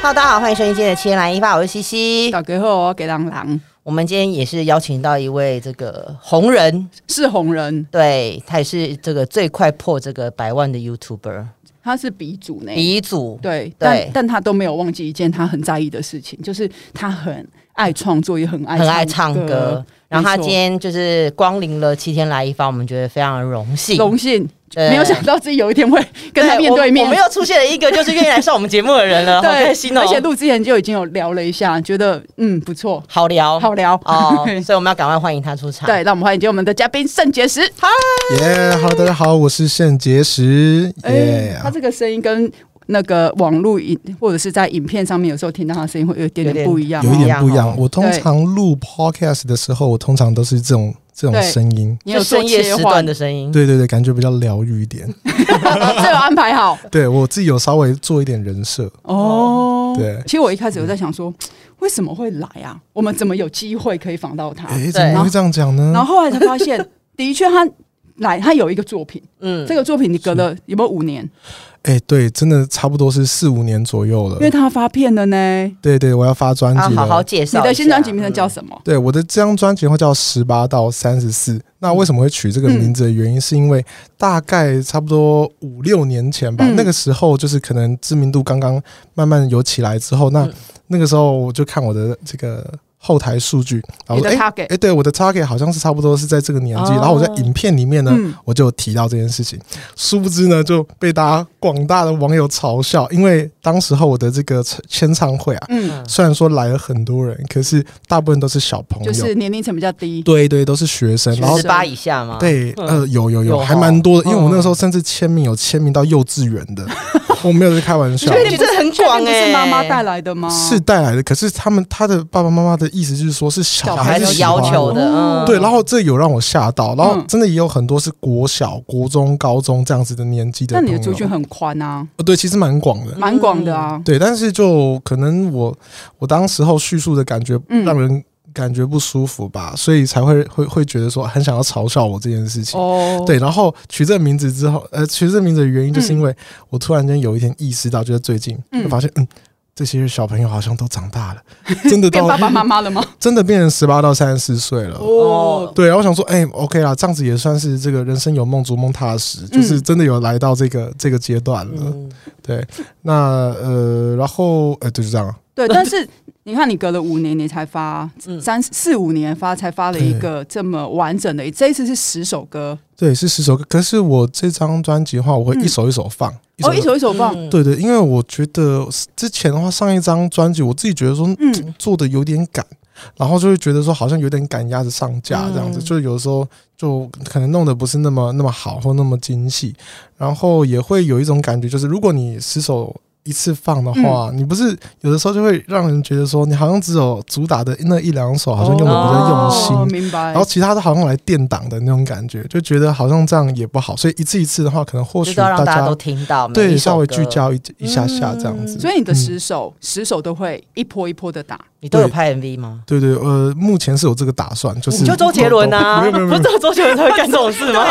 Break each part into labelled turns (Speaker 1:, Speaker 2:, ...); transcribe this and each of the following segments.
Speaker 1: Hello，大家好，欢迎收听今天的《七天来一发》，我是西西。
Speaker 2: 大家好，给狼狼
Speaker 1: 我们今天也是邀请到一位这个红人，
Speaker 2: 是红人，
Speaker 1: 对他也是这个最快破这个百万的 YouTuber
Speaker 2: 他是鼻祖呢，
Speaker 1: 鼻祖。
Speaker 2: 对，
Speaker 1: 对
Speaker 2: 但但他都没有忘记一件他很在意的事情，就是他很爱创作，也很爱
Speaker 1: 很爱唱
Speaker 2: 唱
Speaker 1: 歌，然后他今天就是光临了七天来一发，我们觉得非常的荣幸。
Speaker 2: 荣幸，
Speaker 1: 对
Speaker 2: 没有想到自己有一天会跟他
Speaker 1: 对
Speaker 2: 面对面。
Speaker 1: 我我们又出现了一个就是愿意来上我们节目的人了，好开
Speaker 2: 对
Speaker 1: 心哦！
Speaker 2: 而且录之前就已经有聊了一下，觉得嗯不错，
Speaker 1: 好聊
Speaker 2: 好聊。
Speaker 1: 哦，所以我们要赶快欢迎他出场。
Speaker 2: 对，让我们欢迎今天我们的嘉宾圣结石。
Speaker 3: 耶、哈喽，大家好，我是肾结石。
Speaker 2: 哎
Speaker 3: 耶、
Speaker 2: 他这个声音跟那个网络影或者是在影片上面，有时候听到他的声音会有一点
Speaker 1: 有点
Speaker 2: 点不一样
Speaker 3: 有
Speaker 2: 哦。
Speaker 3: 一点不一
Speaker 1: 哦
Speaker 3: 样。我通
Speaker 2: 对
Speaker 3: 常录 podcast 的时候，我通常都是这种这种
Speaker 2: 对
Speaker 3: 声音。
Speaker 2: 你
Speaker 1: 就
Speaker 2: 有做
Speaker 1: 深夜
Speaker 2: 切
Speaker 1: 时
Speaker 2: 换
Speaker 1: 段的，声
Speaker 2: 嗯
Speaker 1: 音。
Speaker 3: 对对对，感觉比较疗愈 一点。
Speaker 2: 这有安排好。
Speaker 3: 对我自己有稍微做一点人设，
Speaker 2: 哦，
Speaker 3: 对
Speaker 2: 其实我一开始有在想说， 为什么会来啊？我们怎么有机会可以访到他？
Speaker 3: 哎、怎么会这样讲
Speaker 2: 然
Speaker 3: 呢？
Speaker 2: 后后来才发 现，的确他来，他有一个作品，
Speaker 1: 嗯，
Speaker 2: 这个作品你隔了有没有五年？
Speaker 3: 哎、对，真的差不多是四五年左右了
Speaker 2: 因。为啊他发片了呢。
Speaker 3: 对对，我要发专
Speaker 1: 要
Speaker 3: 辑了。
Speaker 1: 啊好好介绍一下。
Speaker 2: 你的新专辑名称
Speaker 1: 嗯
Speaker 2: 叫什么？
Speaker 3: 对，我的这张专辑的话叫《十八到三十四》。那为什么会取这个
Speaker 2: 嗯
Speaker 3: 名字的原因，是因为大概差不多五六年前吧，
Speaker 2: 嗯
Speaker 3: 那个时候就是可能知名度刚刚慢慢有起来之后，那、
Speaker 1: 嗯
Speaker 3: 那个时候我就看我的这个后台数据，然后
Speaker 2: 你
Speaker 3: 说
Speaker 2: 的
Speaker 3: 哎哎、
Speaker 2: target？
Speaker 3: 对，我的 target 好像是差不多是在这个年纪，
Speaker 1: 哦
Speaker 3: 然后我在影片里面呢。
Speaker 2: 嗯，
Speaker 3: 我就有提到这件事情，殊不知呢就被大家广大的网友嘲笑，因为当时候我的这个签唱会啊，
Speaker 2: 嗯，
Speaker 3: 虽然说来了很多人，可是大部分都是小朋友，
Speaker 2: 就是年龄层比较低。
Speaker 3: 对对，都是学生，然后
Speaker 1: 十八以下吗？
Speaker 3: 对，
Speaker 1: 啊嗯
Speaker 3: 呃，有有有，
Speaker 1: 有
Speaker 3: 还
Speaker 1: 哦
Speaker 3: 蛮多的，因为我
Speaker 1: 嗯
Speaker 3: 那个时候甚至签名有签名到幼稚园的，我没有在开玩笑
Speaker 1: 确。定这很广
Speaker 2: 确定不
Speaker 1: 欸
Speaker 2: 是妈妈带来的吗？
Speaker 3: 啊是带来的，可是他们他的爸爸妈妈的意思就是说，是小
Speaker 1: 小
Speaker 3: 孩
Speaker 1: 孩
Speaker 3: 子
Speaker 1: 子
Speaker 3: 喜欢
Speaker 1: 要求
Speaker 3: 我
Speaker 1: 的，嗯，
Speaker 3: 对，然后这有让我吓到，然后
Speaker 2: 嗯
Speaker 3: 真的也有很多是国小、国中、高中这样子的年纪的
Speaker 2: 那
Speaker 3: 朋
Speaker 2: 你
Speaker 3: 友。
Speaker 2: 的族群很宽啊，
Speaker 3: 呃对，其实蛮广的。
Speaker 2: 蛮广的啊。
Speaker 3: 对，但是就可能我我当时候叙述的感觉，
Speaker 2: 嗯
Speaker 3: 让人感觉不舒服吧，所以才会会会觉得说很想要嘲笑我这件事情。
Speaker 2: 哦，
Speaker 3: 对，然后取这个名字之后，呃，取这个名字的原因就是因为我突然间有一天意识到，就是最近
Speaker 2: 嗯
Speaker 3: 就发现，嗯，这些小朋友好像都长大了， 真的
Speaker 2: 变
Speaker 3: 到
Speaker 2: 爸 爸妈妈了吗？
Speaker 3: 真的变成十八到三十四岁了。
Speaker 1: 哦
Speaker 2: 哦，
Speaker 3: 对，然后我想说，哎、o k 啦，这样子也算是这个人生有梦，逐梦踏实，
Speaker 2: 嗯
Speaker 3: 就是真的有来到这个这个阶段了。
Speaker 1: 嗯，
Speaker 3: 对，那呃，然后呃，对，就这样。
Speaker 2: 对，但是你看，你隔了五年，你才发
Speaker 1: 嗯
Speaker 2: 三四五年发，才发了一个这么完整的，这一次是十首歌，
Speaker 3: 对，是十首歌。可是我这张专辑的话，我会
Speaker 2: 嗯
Speaker 3: 一首一首放，
Speaker 2: 哦，一首一首放，
Speaker 1: 嗯，
Speaker 3: 对对，因为我觉得之前的话，上一张专辑我自己觉得说
Speaker 2: 嗯，
Speaker 3: 做的有点赶，然后就会觉得说好像有点赶鸭子上架这样子，
Speaker 1: 嗯
Speaker 3: 就是有时候就可能弄得不是那么那么好或那么精细，然后也会有一种感觉，就是如果你十首一次放的话，
Speaker 2: 嗯
Speaker 3: 你不是有的时候就会让人觉得说你好像只有主打的那一两首好像用的比较用心。
Speaker 2: 哦明白
Speaker 1: 哎
Speaker 3: 然后。其他的好像来垫档的那种感觉，就觉得好像这样也不好，所以一次一次的话，可能或
Speaker 1: 就
Speaker 3: 许
Speaker 1: 是要让大家
Speaker 3: 家
Speaker 1: 都听到，每
Speaker 3: 对
Speaker 1: 一首
Speaker 3: 稍微
Speaker 1: 歌
Speaker 3: 聚，焦一一下下这样子。
Speaker 2: 所以你的
Speaker 3: 嗯
Speaker 2: 十首、十首都会一波一波的打，
Speaker 1: 你都有
Speaker 3: 对
Speaker 1: 拍 MV 吗？
Speaker 3: 对对，呃，目前是有这个打算，就是哦
Speaker 1: 你就周杰伦啊，
Speaker 3: 没有没有
Speaker 1: 不
Speaker 3: 没
Speaker 1: 是只有周杰伦才会干这种事 吗？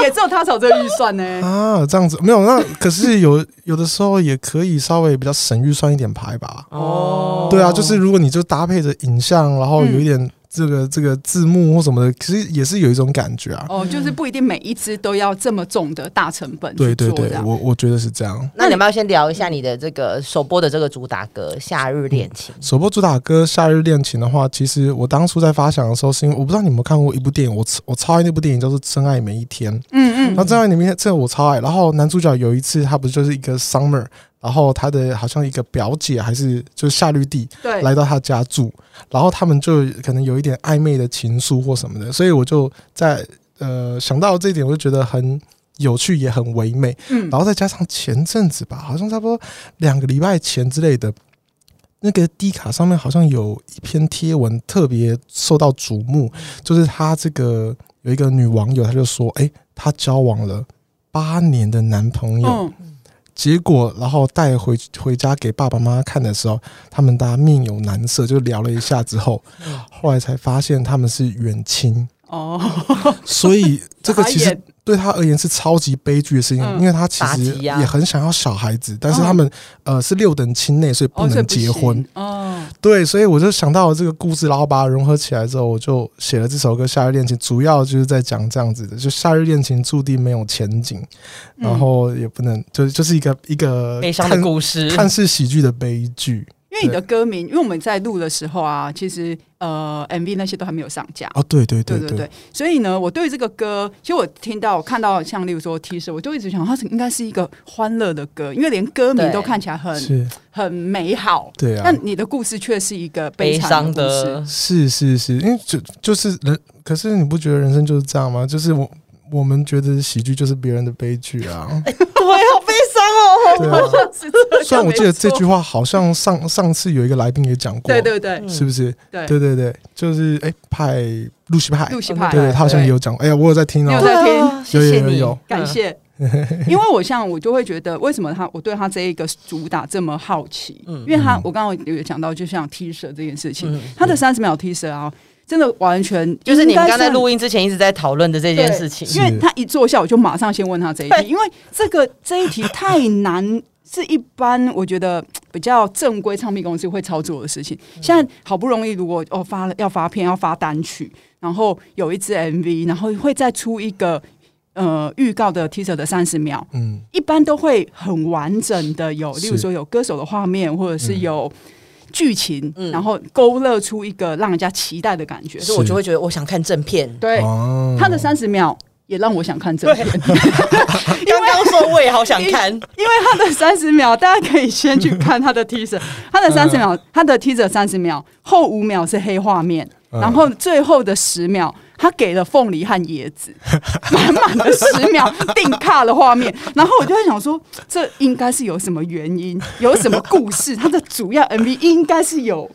Speaker 2: 也只有他找这个预算呢、
Speaker 3: 有 啊，这样子没有那可是有有的时候也可以稍微比较省预算一点拍吧。
Speaker 1: 哦，嗯
Speaker 3: 对啊，就是如果你就搭配着影像，然后有一点这个这个字幕或什么的，其实也是有一种感觉啊。
Speaker 2: 哦，就是不一定每一支都要这么重的大成本
Speaker 3: 对
Speaker 2: 去
Speaker 3: 对
Speaker 2: 做
Speaker 3: 对
Speaker 2: 这，样。
Speaker 3: 我我觉得是这样。
Speaker 1: 那你们要先聊一下你的这个首播的这个主打歌《夏日恋情》。
Speaker 3: 首播主打歌《夏日恋情》的话，其实我当初在发想的时候，是因为我不知道你有没有看过一部电影，我我超爱那部电影叫做《真爱每一天》。
Speaker 2: 嗯
Speaker 3: 然后真爱里面这个我超爱。然后男主角有一次他不就是一个 summer，然后他的好像一个表姐还是就是夏绿蒂
Speaker 2: 对，
Speaker 3: 来到他家住，然后他们就可能有一点暧昧的情愫或什么的，所以我就在呃想到这一点，我就觉得很。有趣也很唯美，
Speaker 2: 嗯
Speaker 3: 然后再加上前阵子吧，好像差不多两个礼拜前之类的，那个 D 卡上面好像有一篇贴文特别受到瞩目，
Speaker 2: 嗯
Speaker 3: 就是她这个有一个女网友，她就说：“哎、她交往了八年的男朋友，
Speaker 2: 嗯，
Speaker 3: 结果然后带回回家给爸爸妈妈看的时候，他们大家面有难色，就聊了一下之后，后来才发现他们是远亲，
Speaker 2: 哦，
Speaker 3: 所以这个其
Speaker 2: 傻
Speaker 3: 实
Speaker 2: 眼
Speaker 3: 对他而言是超级悲剧的事情，
Speaker 2: 嗯
Speaker 3: 因为他其
Speaker 1: 打
Speaker 3: 实
Speaker 1: 击啊
Speaker 3: 也很想要小孩子，但是他们、呃是六等亲内，所以
Speaker 2: 哦，
Speaker 3: 不
Speaker 2: 所以
Speaker 3: 能
Speaker 2: 不
Speaker 3: 结
Speaker 2: 行
Speaker 3: 婚。
Speaker 2: 哦，
Speaker 3: 对，所以我就想到了这个故事，然后把它融合起来之后，我就写了这首歌《夏日恋情》，主要就是在讲这样子的，就夏日恋情注定没有前景，
Speaker 2: 嗯
Speaker 3: 然后也不能，就就是一个一个
Speaker 1: 悲伤的
Speaker 3: 看
Speaker 1: 故事，
Speaker 3: 看似喜剧的悲剧。
Speaker 2: 因为你的歌名，因为我们在录的时候啊，其实呃 MV 那些都还没有上架。
Speaker 3: 哦，对对
Speaker 2: 对
Speaker 3: 对
Speaker 2: 对，所以呢，我对这个歌，其实我听到、看到像例如说 T 恤，我就一直想，它是应该是一个欢乐的歌，因为连歌名
Speaker 1: 对
Speaker 2: 都看起来很
Speaker 3: 是，
Speaker 2: 很美好。
Speaker 3: 对啊
Speaker 2: 嗯但，你的故事却是一个
Speaker 1: 悲
Speaker 2: 伤
Speaker 1: 伤的
Speaker 2: 故事，
Speaker 3: 是是是，因为就就是人，可是你不觉得人生就是这样吗？就是我我们觉得喜剧就是别人的悲剧啊，
Speaker 2: 哎
Speaker 1: 对，好悲伤哦。
Speaker 3: 对啊。
Speaker 2: 是这样
Speaker 3: 虽然我记得这
Speaker 2: 没
Speaker 3: 句
Speaker 2: 错，
Speaker 3: 话好像上上次有一个来宾也讲过，
Speaker 2: 对对对
Speaker 1: 嗯
Speaker 3: 是不是？
Speaker 2: 对
Speaker 3: 对对对，就是哎、派露西派，
Speaker 2: 露西
Speaker 1: 哦
Speaker 2: 派，
Speaker 3: 对对，他好像也有讲过，哎呀，我有在听
Speaker 2: 你有
Speaker 3: 哦，
Speaker 2: 在听
Speaker 1: 啊谢谢
Speaker 3: 有有
Speaker 1: 你
Speaker 3: 有有，
Speaker 2: 感 谢。因为我像我就会觉得，为什么他我对他这一个主打这么好奇？
Speaker 1: 嗯
Speaker 2: 因为他
Speaker 3: 嗯
Speaker 2: 我刚刚有讲到，就像 T 恤这件事情，
Speaker 1: 嗯
Speaker 2: 他的三十秒 T 恤啊，真的完全
Speaker 1: 就是你
Speaker 2: 应
Speaker 1: 们
Speaker 2: 该
Speaker 1: 刚才
Speaker 2: 算
Speaker 1: 录音之前一直在讨论的这件事情，
Speaker 3: 是
Speaker 2: 因为他一坐下，我就马上先问他这一题，因为这个这一题太难，是一般我觉得比较正规唱片公司会操作的事情。现在好不容易，如果哦发了要发片，要发单曲，然后有一支 MV，然后会再出一个呃预告的 teaser 的三十秒，
Speaker 3: 嗯，
Speaker 2: 一般都会很完整的有，
Speaker 3: 是
Speaker 2: 例如说有歌手的画面，或者是
Speaker 3: 嗯
Speaker 2: 有剧情，
Speaker 1: 嗯
Speaker 2: 然后勾勒出一个让人家期待的感觉
Speaker 1: 可。是我就会觉得我想看正片。
Speaker 2: 对，
Speaker 3: 哦
Speaker 2: 他的三十秒也让我想看这
Speaker 1: 对
Speaker 2: 个。，
Speaker 1: 刚刚说我也好想看，
Speaker 2: 因为他的三十秒，大家可以先去看他的 teaser，他的
Speaker 3: 嗯
Speaker 2: 三十秒，他的 teaser 三十秒，后五秒是黑画面，
Speaker 3: 嗯
Speaker 2: 然后最后的十秒，他给了凤梨和椰子，满满的十秒定 卡的画面，然后我就在想说，这应该是有什么原因，有什么故事，他的主要 MV 应该是有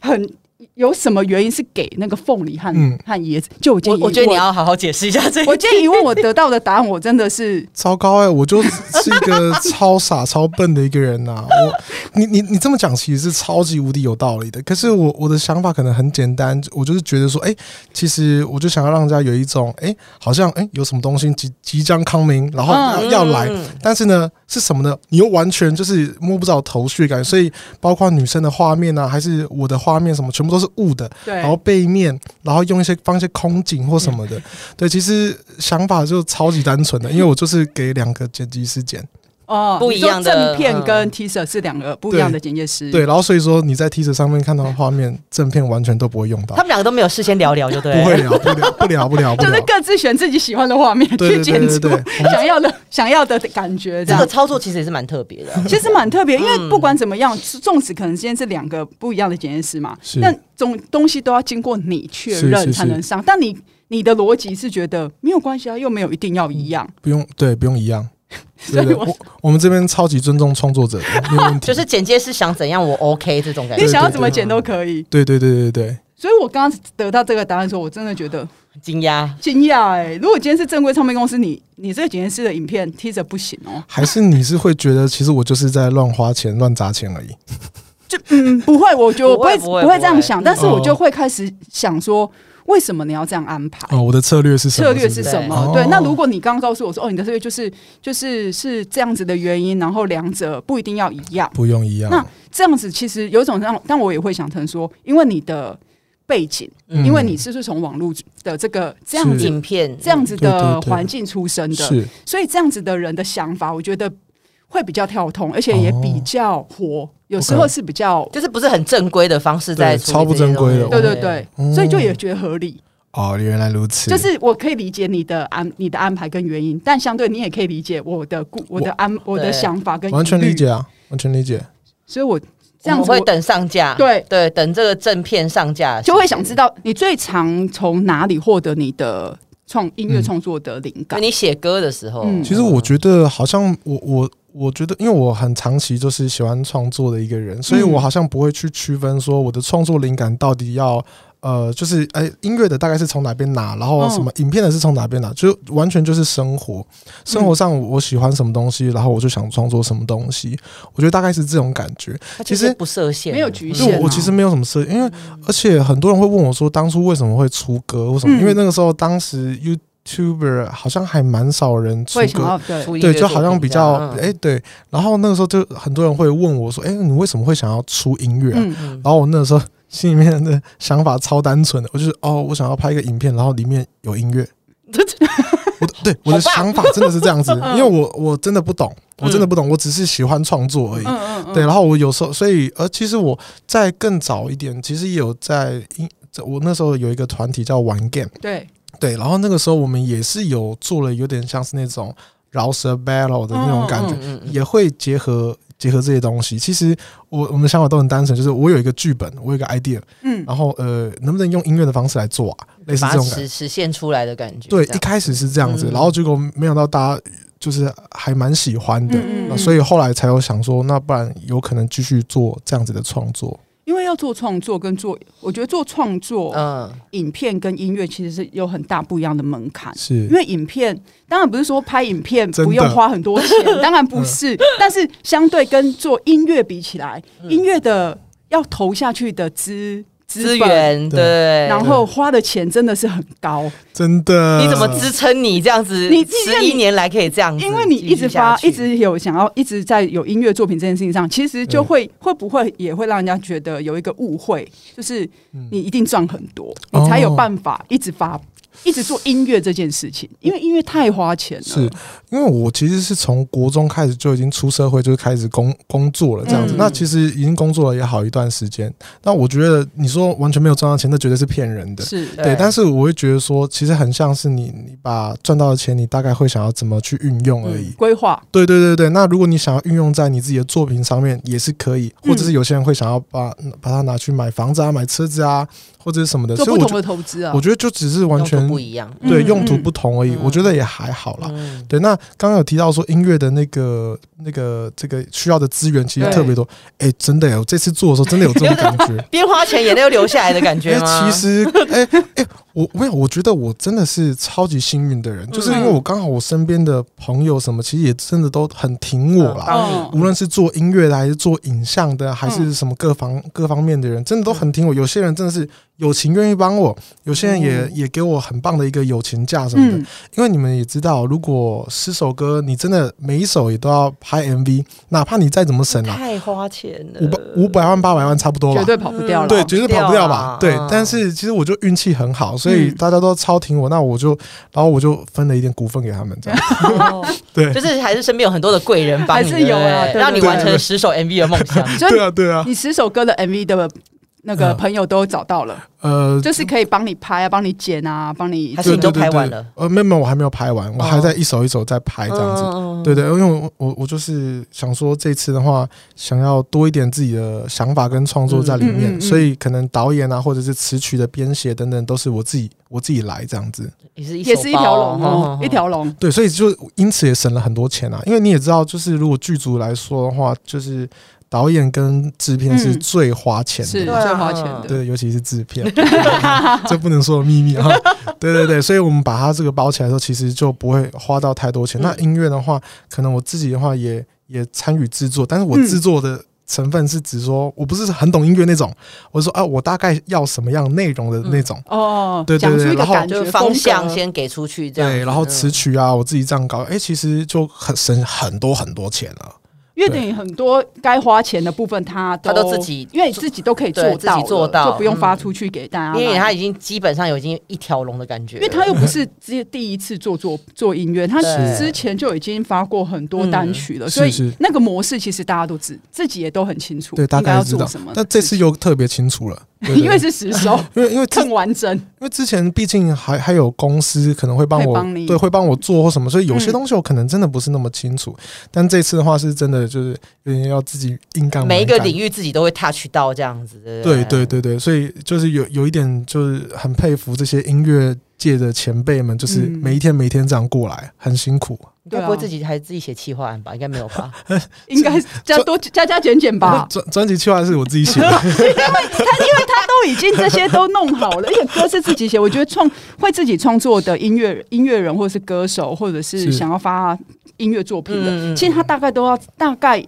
Speaker 2: 很。有什么原因是给那个凤梨和、
Speaker 3: 嗯
Speaker 2: 和椰子？就我建
Speaker 1: 我
Speaker 2: 议，
Speaker 1: 我觉得你，要好好解释一下这
Speaker 2: 我建议，因为我得到的答案，我真的是
Speaker 3: 糟糕哎、我就是一 个超傻超笨的一个人呐、啊我，你你你这么讲其实是超级无敌有道理的。可是我我的想法可能很简单，我就是觉得说，哎、其实我就想要让人家有一种，哎、好像哎、有什么东西即即将康明，然后要,、
Speaker 1: 嗯
Speaker 3: 要来，
Speaker 1: 嗯
Speaker 3: 但是呢是什么呢？你又完全就是摸不着头绪的感觉。所以包括女生的画面啊，还是我的画面什么，全部都是雾的。
Speaker 2: 对，
Speaker 1: 哦
Speaker 3: 然后背面，然后用一些放一些空景或什么
Speaker 2: 嗯
Speaker 3: 的。对，其实想法就超级单纯的，因为我就是给两个剪辑师剪，
Speaker 2: 哦，
Speaker 1: 不
Speaker 2: 你
Speaker 1: 一
Speaker 2: 说
Speaker 1: 样的
Speaker 2: 正片跟
Speaker 1: 嗯
Speaker 2: T 恤是两个不一样的剪接师。
Speaker 3: 对，然后所以说你在 T 恤上面看到的画面，正片完全都不会用到
Speaker 1: 他，们两个都没有事先聊聊，就对了。
Speaker 3: 啊不会聊，不聊，不聊，不聊，不
Speaker 2: 就
Speaker 3: 聊
Speaker 2: 是。各自选自己喜欢的画面
Speaker 3: 对
Speaker 2: 去
Speaker 3: 对对
Speaker 2: 剪
Speaker 3: 对
Speaker 2: 出
Speaker 3: 对，嗯我 们
Speaker 2: 想要的想要的感觉，这
Speaker 1: 这个
Speaker 2: 样。
Speaker 1: 操作其实也是蛮特别 的。
Speaker 2: 其实蛮特别，因
Speaker 1: 嗯
Speaker 2: 为不管怎么样，纵使可能今天是两个不一样的检验师嘛，
Speaker 3: 是
Speaker 2: 但总东西都要经过你确
Speaker 3: 是
Speaker 2: 认
Speaker 3: 是
Speaker 2: 才能上。但你你的逻辑是觉得没有关系啊，又没有一定要一样，
Speaker 3: 不用，对，不用一样。
Speaker 2: 所
Speaker 3: 对
Speaker 2: 以
Speaker 3: 对，
Speaker 2: 我
Speaker 3: 我我们这边超级尊重创作者的，没有 问题。
Speaker 1: 就是剪接是想怎样我 OK 这种感
Speaker 2: 你
Speaker 1: 觉，
Speaker 2: 想要怎么剪都可以。
Speaker 3: 对对对对对，
Speaker 2: 所以我刚刚得到这个答案的时候，我真的觉得
Speaker 1: 很惊讶。
Speaker 2: 惊讶哎！如果今天是正规唱片公司，你你这个检验师的影片 T 恤不行哦。
Speaker 3: 还是你是会觉得，其实我就是在乱花钱、乱砸钱而已。
Speaker 2: 就嗯，不会，我觉得我
Speaker 1: 不
Speaker 2: 不
Speaker 1: 会
Speaker 2: 会
Speaker 1: 不会
Speaker 2: 不会这样想，
Speaker 1: 不会
Speaker 2: 但是我就会开始想说，为什么你要这样安排？
Speaker 3: 哦，我的策略是什么？
Speaker 2: 策略是
Speaker 3: 不
Speaker 2: 什
Speaker 3: 是
Speaker 2: 么
Speaker 3: 哦？
Speaker 2: 对，那如果你刚刚告诉我说，哦，你的策略就是就是是这样子的原因，然后两者不一定要一样，
Speaker 3: 不用一样。
Speaker 2: 那这样子其实有种让，但我也会想成说，因为你的背景，
Speaker 1: 嗯
Speaker 2: 因为你是不是从网络的这个这样
Speaker 3: 是
Speaker 2: 子
Speaker 1: 影片
Speaker 2: 这样子的
Speaker 3: 对对对
Speaker 2: 环境出身的，
Speaker 3: 是
Speaker 2: 所以这样子的人的想法，我觉得会比较跳通，而且也比较
Speaker 3: 哦
Speaker 2: 活，有时候
Speaker 3: OK
Speaker 2: 是比较
Speaker 1: 就是不是很正规的方式在
Speaker 3: 对
Speaker 1: 处理
Speaker 3: 超不
Speaker 1: 这些
Speaker 3: 正规的
Speaker 1: 东西
Speaker 2: 对对对，
Speaker 3: 嗯
Speaker 2: 所以就也觉得合理。
Speaker 3: 哦，原来如此，
Speaker 2: 就是我可以理解你的安你的安排跟原因，但相对你也可以理解我的顾我的安我的想法跟
Speaker 3: 完全
Speaker 2: 疑虑
Speaker 3: 理。解啊，完全理解。
Speaker 2: 所以我这
Speaker 1: 我
Speaker 2: 样
Speaker 1: 们
Speaker 2: 子我
Speaker 1: 会等啊上架，
Speaker 2: 对
Speaker 1: 对，等这个正片上架
Speaker 2: 就会想知道你最常从哪里获得你的创音乐创作的灵
Speaker 1: 就
Speaker 2: 感。
Speaker 1: 你写歌的时候，
Speaker 2: 嗯
Speaker 3: 其实我觉得好像我我我觉得，因为我很长期就是喜欢创作的一个人，所以
Speaker 2: 嗯
Speaker 3: 我好像不会去区分说我的创作灵感到底要。呃，就是哎、音乐的大概是从哪边拿，然后
Speaker 2: 嗯
Speaker 3: 什么影片的是从哪边拿，就完全就是生活。生
Speaker 2: 嗯
Speaker 3: 活上我喜欢什么东西，然后我就想创作什么东西，我觉得大概是这种感觉。
Speaker 1: 它
Speaker 3: 其
Speaker 1: 就
Speaker 3: 实
Speaker 1: 是不设限，
Speaker 2: 没有局
Speaker 3: 就
Speaker 2: 限啊
Speaker 3: 我我其实没有什么设，因为而且很多人会问我说，当初为什么会出歌？为什么？
Speaker 2: 嗯
Speaker 3: 因为那个时候当时 You YouTuber 好像还蛮少人出
Speaker 2: 会想
Speaker 3: 歌，
Speaker 2: 要对
Speaker 1: 出音乐
Speaker 3: 对，就好
Speaker 1: 作
Speaker 3: 像
Speaker 1: 品
Speaker 3: 比
Speaker 1: 这样
Speaker 3: 较
Speaker 1: 嗯
Speaker 3: 哎、对。然后那个时候就很多人会问我说：“哎、你为什么会想要出音乐啊、
Speaker 2: 嗯
Speaker 1: 嗯
Speaker 3: 然后我那时候心里面的想法超单纯的，我就是哦，我想要拍一个影片，然后里面有音乐。我的对我的想法真的是这样子，因为我我真的不懂，我真的不懂，我只是喜欢创作而已。
Speaker 2: 嗯嗯
Speaker 3: 对，啊然后我有时候，所以呃，其实我在更早一点，其实也有在音，这我那时候有一个团体叫玩 game，
Speaker 2: 对
Speaker 3: 对，啊然后那个时候我们也是有做了有点像是那种饶舌 battle 的那种感觉，
Speaker 1: 嗯嗯嗯
Speaker 3: 也会结合结合这些东西。其实我我们的想法都很单纯，就是我有一个剧本，我有一个 idea，
Speaker 2: 嗯
Speaker 3: 然后呃，能不能用音乐的方式来做啊？类似
Speaker 1: 把
Speaker 3: 这
Speaker 1: 它
Speaker 3: 种感觉。
Speaker 1: 实实现出来的感觉。
Speaker 3: 对，
Speaker 1: 这
Speaker 3: 一
Speaker 1: 样
Speaker 3: 开始是这样子，
Speaker 1: 嗯
Speaker 3: 然后结果没想到大家就是还蛮喜欢的，
Speaker 2: 嗯
Speaker 3: 那啊所以后来才有想说，那不然有可能继续做这样子的创作。
Speaker 2: 因为要做创作跟做，我觉得做创作、
Speaker 1: 嗯，
Speaker 2: 影片跟音乐其实是有很大不一样的门槛。因
Speaker 3: 是，
Speaker 2: 为影片当然不是说拍影片
Speaker 3: 真的嗯
Speaker 2: 不用花很多钱， 当然不是，但是相对跟做音乐比起来，音乐的要投下去的资
Speaker 1: 资
Speaker 2: 本
Speaker 1: 源
Speaker 3: 对
Speaker 1: 对，
Speaker 2: 然后花的钱真的是很高，
Speaker 3: 真的。
Speaker 1: 你怎么支撑你这样子？
Speaker 2: 你因为
Speaker 1: 十
Speaker 2: 你
Speaker 1: 一年来可以这样子，
Speaker 2: 因为你一直发，一直有想要，一直在有音乐作品这件事情上，其实就会会不会也会让人家觉得有一个误会，就是你一定赚很多，
Speaker 3: 嗯哦
Speaker 2: 你才有办法一直发，一直做音乐这件事情，因为音乐太花钱了。
Speaker 3: 是因为我其实是从国中开始就已经出社会，就是开始工工作了这样子。
Speaker 2: 嗯
Speaker 3: 那其实已经工作了也好一段时间。那我觉得你说完全没有赚到钱，那绝对是骗人的。
Speaker 2: 是
Speaker 1: 对
Speaker 3: 对，但是我会觉得说，其实很像是你，你把赚到的钱，你大概会想要怎么去运用而已。
Speaker 2: 嗯规划，
Speaker 3: 对对对对，那如果你想要运用在你自己的作品上面，也是可以，或者是有些人会想要把把它拿去买房子啊、买车子啊，或者是什么的。
Speaker 2: 做
Speaker 3: 所
Speaker 2: 不
Speaker 3: 以我
Speaker 2: 同
Speaker 3: 觉
Speaker 2: 的投资啊
Speaker 3: 我。觉得就只是完全
Speaker 1: 用途不一样。
Speaker 2: 嗯
Speaker 3: 对
Speaker 2: 嗯
Speaker 3: 用途
Speaker 2: 嗯
Speaker 3: 不同而已，
Speaker 1: 嗯
Speaker 3: 我觉得也还好啦。
Speaker 1: 嗯，
Speaker 3: 对，那刚刚有提到说音乐的那个、那个、这个需要的资源其实
Speaker 2: 对
Speaker 3: 特别多。哎、真的耶，我这次做的时候真的有这种感
Speaker 1: 。
Speaker 3: 觉
Speaker 1: 边花钱眼泪又流下来的感
Speaker 3: 因
Speaker 1: 觉
Speaker 3: 为
Speaker 1: 吗？
Speaker 3: 其实， 哎、哎、我没有，我觉得我真的是超级幸运的人，就是
Speaker 1: 嗯
Speaker 3: 因为我刚好我身边的朋友什么，其实也真的都很挺我啦。
Speaker 1: 帮你
Speaker 3: 无论是做音乐的，还是做影像的，还
Speaker 2: 嗯
Speaker 3: 是什么各方各方面的人，真的都很挺我。有些人真的是友情愿意帮我，有些人也、
Speaker 1: 嗯
Speaker 3: 也给我很棒的一个友情价什么的。
Speaker 2: 哦嗯，
Speaker 3: 因为你们也知道，如果十首歌你真的每一首也都要拍 MV，哪怕你再怎么省啊，
Speaker 1: 太花钱了，
Speaker 3: 五百五百万八百万差不多吧
Speaker 2: 绝。对跑不掉了。
Speaker 3: 对，绝对跑不掉吧
Speaker 1: 跑？不掉
Speaker 3: 对
Speaker 1: 啊嗯，
Speaker 3: 但是其实我就运气很好，所以
Speaker 2: 嗯
Speaker 3: 大家都超挺我，那我就，然后我就分了一点股份给他 们，这样。
Speaker 1: 哦
Speaker 3: 对
Speaker 1: 就，是还是身边有很多的贵人帮你，
Speaker 2: 还是有啊
Speaker 1: 对不
Speaker 2: 对
Speaker 1: 对让你
Speaker 3: 对对
Speaker 1: 完成了十首 MV 的梦想。
Speaker 2: 所
Speaker 3: 对
Speaker 2: 以
Speaker 3: 啊，对啊，
Speaker 2: 你十首歌的 MV 的那个
Speaker 3: 嗯
Speaker 2: 朋友都找到了，
Speaker 3: 呃，
Speaker 2: 就是可以帮你拍啊，帮你剪啊，帮你
Speaker 1: 还是你都拍完了哦
Speaker 3: 对对对对呃，没有没有，我还没有拍完，我还在一首一首在拍这样子。
Speaker 1: 嗯
Speaker 3: 对对，因为我我我就是想说，这次的话，想要多一点自己的想法跟创作在里面，
Speaker 2: 嗯嗯嗯嗯
Speaker 3: 所以可能导演啊，或者是词曲的编写等等，都是我自己我自己来这样子。
Speaker 1: 也是一
Speaker 2: 也是一条龙哦
Speaker 1: 哦，，
Speaker 2: 一条龙。
Speaker 3: 对，所以就因此也省了很多钱啊，因为你也知道，就是如果剧组来说的话，就是导演跟制片是
Speaker 2: 嗯
Speaker 3: 最花钱的
Speaker 2: 是
Speaker 3: 嘛。
Speaker 1: 对啊
Speaker 2: 最花钱的。
Speaker 3: 对，尤其是制片， 这不能说的秘密哈。 对对对，所以我们把它这个包起来的时候，其实就不会花到太多钱。
Speaker 1: 嗯
Speaker 3: 那音乐的话，可能我自己的话也也参与制作，但是我
Speaker 2: 嗯
Speaker 3: 制作的成分是指说我不是很懂音乐那种，我是说啊，我大概要什么样内容的那种。
Speaker 2: 哦，
Speaker 3: 对对
Speaker 2: 讲出
Speaker 3: 对
Speaker 2: 一个
Speaker 3: 然后
Speaker 2: 感
Speaker 1: 就
Speaker 2: 觉
Speaker 1: 是方向
Speaker 2: 风格
Speaker 1: 先给出去，这样
Speaker 3: 对，
Speaker 1: 子
Speaker 3: 然后词
Speaker 1: 嗯
Speaker 3: 曲啊，我自己这样搞，哎、其实就很省很多很多钱了。
Speaker 2: 因为你很多该花钱的部分，他都
Speaker 1: 他都自己
Speaker 2: 因为你自己都可以做
Speaker 1: 对自
Speaker 2: 到
Speaker 1: 己
Speaker 2: 了，
Speaker 1: 做到
Speaker 2: 就不用发出去给大家买。
Speaker 1: 因为他已经基本上有已经一条龙的感觉了，嗯
Speaker 2: 因为他又不是第第一次做做做音乐，他
Speaker 1: 对
Speaker 2: 之前就已经发过很多单曲了，
Speaker 3: 嗯
Speaker 2: 所以
Speaker 3: 是是
Speaker 2: 那个模式其实大家都知，自己也都很清楚，
Speaker 3: 对，大
Speaker 2: 应该
Speaker 3: 概
Speaker 2: 要
Speaker 3: 知
Speaker 2: 做
Speaker 3: 道
Speaker 2: 什么。。
Speaker 3: 但这次又特别清楚了，对对
Speaker 2: 因为是十 首，
Speaker 3: 因为因为之
Speaker 2: 更完整。
Speaker 3: 因为之前毕竟还还有公司可能会帮
Speaker 2: 会
Speaker 3: 我
Speaker 2: 帮你
Speaker 3: 对会帮我做或什么，所以有些
Speaker 2: 嗯
Speaker 3: 东西我可能真的不是那么清楚。但这次的话是真的就是有点要自己硬干，
Speaker 1: 每一个
Speaker 3: 蛮干
Speaker 1: 领域自己都会 touch 到这样子，对不对
Speaker 3: 对对对对，所以就是有有一点就是很佩服这些音乐界的前辈们，就是
Speaker 2: 嗯
Speaker 3: 每一天每一天这样过来，很辛苦。
Speaker 1: 应该不会
Speaker 2: 啊
Speaker 1: 自己还自己写企划案吧？应该没有 吧？
Speaker 2: 应该加多加加减减
Speaker 3: 那
Speaker 2: 吧，
Speaker 3: 专专辑计划是我自己写 的，
Speaker 2: 他都已经这些都弄好了，而且歌是自己写。我觉得创会自己创作的音乐音乐人，或是歌手，或者是
Speaker 3: 是
Speaker 2: 想要发音乐作品的，
Speaker 1: 嗯嗯
Speaker 2: 其实他大概都要大概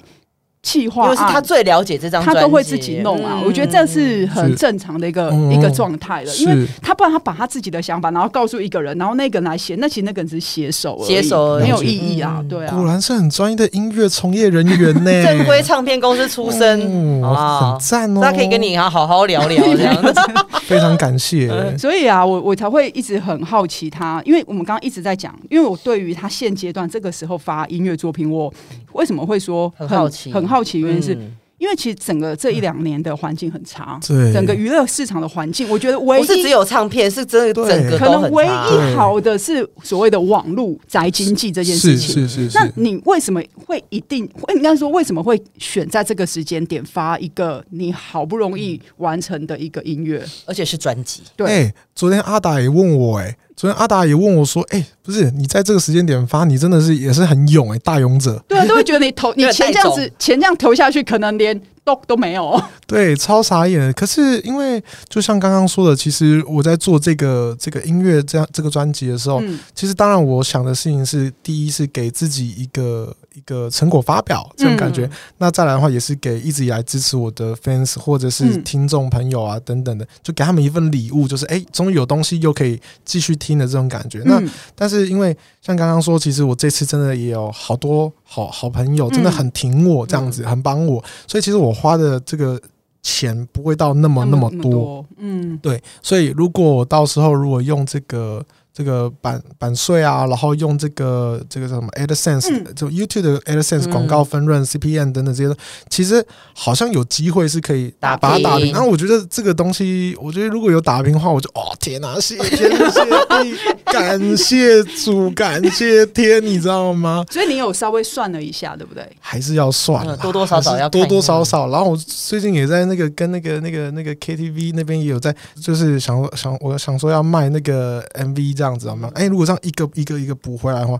Speaker 2: 企
Speaker 1: 因
Speaker 2: 划
Speaker 1: 为
Speaker 2: 案，
Speaker 1: 是他最了解这张
Speaker 2: 他
Speaker 1: 专辑，
Speaker 2: 都会自己弄啊。
Speaker 1: 嗯哦
Speaker 2: 我觉得这是很
Speaker 3: 是
Speaker 2: 正常的一个
Speaker 3: 嗯
Speaker 2: 一个状态了，因为
Speaker 3: 是
Speaker 2: 他不然他把他自己的想法，然后告诉一个人，然后那个人来写，那其实那个人只是写手而已，
Speaker 1: 写手而已
Speaker 2: 没有意义啊，
Speaker 1: 嗯
Speaker 2: 对
Speaker 3: 果
Speaker 2: 啊。
Speaker 3: 然是很专业的音乐从业人员呢，
Speaker 1: 正规唱片公司出身，
Speaker 3: 嗯
Speaker 1: 好不好
Speaker 3: 很赞哦，
Speaker 1: 那可以跟你啊好好聊 聊这样嗯子。
Speaker 3: 非常 感谢，
Speaker 2: 所以啊，我我才会一直很好奇他，因为我们刚刚一直在讲，因为我对于他现阶段这个时候发音乐作品，我为什么会说
Speaker 1: 很好奇
Speaker 2: 很好奇，原因是
Speaker 1: 嗯
Speaker 2: 因为其实整个这一两年的环境很差，
Speaker 3: 对，
Speaker 2: 整个娱乐市场的环境，我觉得唯
Speaker 1: 不是只
Speaker 2: 一
Speaker 1: 有唱片，是真的
Speaker 3: 对
Speaker 1: 整个
Speaker 2: 可
Speaker 1: 都
Speaker 2: 能
Speaker 1: 很
Speaker 2: 唯
Speaker 1: 差嗯
Speaker 2: 一好的是所谓的网络宅经济这件事情。
Speaker 3: 是是是
Speaker 2: 那
Speaker 3: 是，
Speaker 2: 你为什么会一定会应该说为什么会选在这个时间点发一个你好不容易完成的一个音乐？
Speaker 1: 而且是专辑，
Speaker 2: 对，
Speaker 3: 哎、昨天阿达也问我、哎，昨天阿达也问我说，哎、不是你在这个时间点发，你真的是也是很勇哎、大勇者，
Speaker 2: 对啊，都会觉得你投你
Speaker 1: 对
Speaker 2: 钱这
Speaker 1: 带
Speaker 2: 样
Speaker 1: 走
Speaker 2: 子钱这样投下去，可能连 dog 都没
Speaker 3: 哦
Speaker 2: 有。
Speaker 3: 对，超傻眼的。可是因为就像刚刚说的，其实我在做这个这个音乐这样这个专辑的时候，
Speaker 2: 嗯，
Speaker 3: 其实当然我想的事情是，第一是给自己一个一个成果发表这种感觉，
Speaker 1: 嗯
Speaker 3: 那再来的话也是给一直以来支持我的 fans 或者是
Speaker 2: 嗯
Speaker 3: 听众朋友啊等等的，就给他们一份礼物，就是哎，诶终于有东西又可以继续听的这种感觉。那
Speaker 2: 嗯
Speaker 3: 但是因为像刚刚说，其实我这次真的也有好多好好朋友，真的很挺我这样子，很帮我，所以其实我花的这个钱不会到那么那么
Speaker 2: 那
Speaker 3: 多。，
Speaker 2: 嗯
Speaker 3: 对，所以如果我到时候如果用这个这个版版税啊，然后用这个这个叫什么 AdSense，、
Speaker 2: 嗯
Speaker 3: 就 YouTube 的 AdSense
Speaker 1: 嗯
Speaker 3: 广告分润、CPM 等等这些，其实好像有机会是可以
Speaker 1: 打
Speaker 3: 把它打
Speaker 1: 平
Speaker 3: 平。然后我觉得这个东西，我觉得如果有打平的话，我就哦天哪、谢天谢地， 感谢主，感谢天，你知道吗？
Speaker 2: 所以你有稍微算了一下，对不对？
Speaker 3: 还是要算啊啦
Speaker 1: 嗯多多少少
Speaker 3: 还是
Speaker 1: 要看一
Speaker 3: 多
Speaker 1: 下
Speaker 3: 多少少。然后我最近也在那个跟那个那个那个 KTV 那边也有在，就是想说想我想说要卖那个 MV 这样子，好吗？哎、如果这样一个一个一个补回来的话，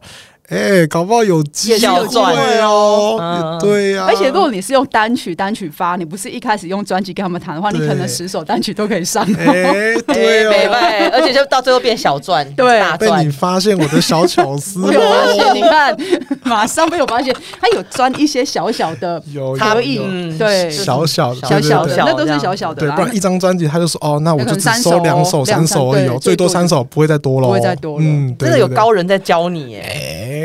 Speaker 3: 哎、搞不好有机
Speaker 1: 小赚
Speaker 3: 会哦。
Speaker 1: 嗯
Speaker 3: 对呀、
Speaker 2: 而且如果你是用单曲单曲发，你不是一开始用专辑跟他们谈的话，你
Speaker 3: 对
Speaker 2: 可能十首单曲都可以上。
Speaker 3: 哎、对
Speaker 1: 没
Speaker 3: 哦，
Speaker 1: 办法，而且就到最后变小赚，
Speaker 2: 啊对
Speaker 1: 大
Speaker 3: 被
Speaker 1: 赚
Speaker 3: 你。发现我的小巧 思
Speaker 2: 我有发现，你
Speaker 3: 哦。
Speaker 2: 看，马上被我发现，他有钻一些小小的
Speaker 3: 有
Speaker 1: 差
Speaker 3: 有
Speaker 1: 异
Speaker 3: 有
Speaker 1: 嗯
Speaker 2: 对
Speaker 3: 小小的
Speaker 1: 小
Speaker 2: 小
Speaker 3: 对对
Speaker 2: 小
Speaker 3: 对
Speaker 2: 的，
Speaker 1: 小
Speaker 2: 那都
Speaker 1: 这
Speaker 2: 是
Speaker 1: 样
Speaker 2: 小小的
Speaker 3: 对，
Speaker 2: 啦
Speaker 3: 不，然一张专辑他就说哦，那我
Speaker 2: 那可能
Speaker 3: 就只
Speaker 2: 三
Speaker 3: 收
Speaker 2: 首
Speaker 3: 两首、
Speaker 2: 两
Speaker 3: 三首而已哦，
Speaker 2: 对最
Speaker 3: 最多
Speaker 2: 多
Speaker 3: 三首，不会再多了哦，
Speaker 2: 不会再多了
Speaker 3: 嗯，对
Speaker 1: 真的有
Speaker 3: 对对
Speaker 1: 高人在教你 耶，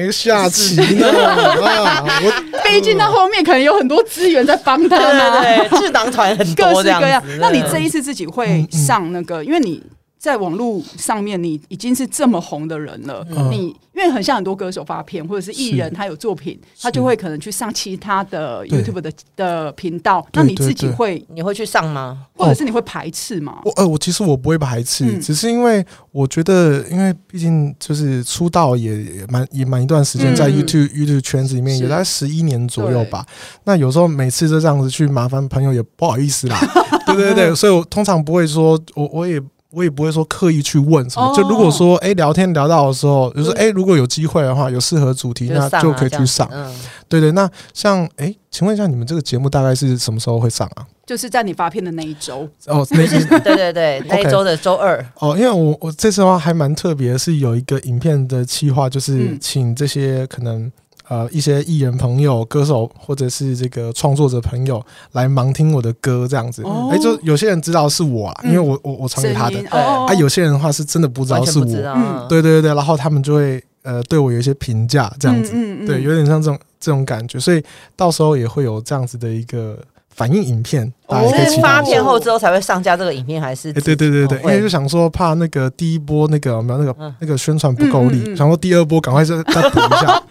Speaker 3: 哎，下棋呢？啊，我
Speaker 2: 毕竟他后面可能有很多资源在帮他啊
Speaker 1: 对
Speaker 2: 呢，
Speaker 1: 对对，智囊团很
Speaker 2: 各
Speaker 1: 多
Speaker 2: 式
Speaker 1: 这样
Speaker 2: 各样
Speaker 1: 子。。嗯
Speaker 2: 那你
Speaker 3: 嗯
Speaker 2: 这一次自己会上那个，因为你。在网络上面，你已经是这么红的人了，
Speaker 3: 嗯
Speaker 2: 你因为很像很多歌手发片，或者是艺人
Speaker 3: 是
Speaker 2: 他有作品，
Speaker 3: 是
Speaker 2: 他就会可能去上其他的
Speaker 3: 对
Speaker 2: YouTube 的的频道。
Speaker 3: 对
Speaker 2: 那你自己
Speaker 3: 对哦对
Speaker 2: 会，
Speaker 1: 你会去上吗？
Speaker 2: 或者是你会排斥吗？
Speaker 3: 我呃，我其实我不会排斥，
Speaker 2: 嗯
Speaker 3: 只是因为我觉得，因为毕竟就是出道也也蛮也蛮一段时间，在
Speaker 2: 嗯
Speaker 3: YouTube、YouTube 圈子里面
Speaker 2: 是
Speaker 3: 也大概十一年左右吧。那有时候每次就这样子去麻烦朋友也不好意思啦，对对对，所以我通常不会说，我我也。我也不会说刻意去问什么，
Speaker 2: 哦
Speaker 3: 就如果说哎、聊天聊到的时候，就是哎、如果有机会的话，有适合主题，
Speaker 1: 是
Speaker 3: 那
Speaker 1: 上
Speaker 3: 就
Speaker 1: 啊
Speaker 3: 可以
Speaker 1: 这
Speaker 3: 去
Speaker 1: 样子
Speaker 3: 上。
Speaker 1: 嗯，
Speaker 3: 对对，那像哎、请问一下你们这个节目大概是什么时候会上啊？
Speaker 2: 就是在你发片的那一周，
Speaker 3: 哦，那是
Speaker 1: 对对对，那一
Speaker 3: OK
Speaker 1: 周的周二，
Speaker 3: 哦，因为我我这次的话还蛮特别，是有一个影片的企划，就是
Speaker 2: 嗯
Speaker 3: 请这些可能呃一些艺人朋友、歌手或者是这个创作者朋友来盲听我的歌这样子。哎、
Speaker 2: 哦
Speaker 3: 就有些人知道是我啦，
Speaker 2: 嗯
Speaker 3: 因为我我我传
Speaker 2: 声
Speaker 3: 给他的
Speaker 2: 音。哦，
Speaker 3: 啊，有些人的话是真的不知
Speaker 1: 完
Speaker 3: 道
Speaker 1: 全
Speaker 3: 是
Speaker 1: 不
Speaker 3: 我，
Speaker 1: 知道。
Speaker 2: 嗯
Speaker 3: 对对对，然后他们就会呃对我有一些评价这样子。
Speaker 2: 嗯嗯嗯
Speaker 3: 对，有点像这种这种感觉，所以到时候也会有这样子的一个反应影片，大家
Speaker 2: 哦
Speaker 3: 也可以
Speaker 1: 是
Speaker 3: 期
Speaker 1: 发
Speaker 3: 待一下。
Speaker 1: 片后之后才会上架这个影片，还是
Speaker 3: 哎、？对对对对，
Speaker 1: 哦
Speaker 3: 因为就想说怕那个第一波那个有没有那个、
Speaker 1: 嗯
Speaker 3: 那个宣传不够力，
Speaker 2: 嗯嗯嗯
Speaker 3: 想说第二波赶快再再补一 下。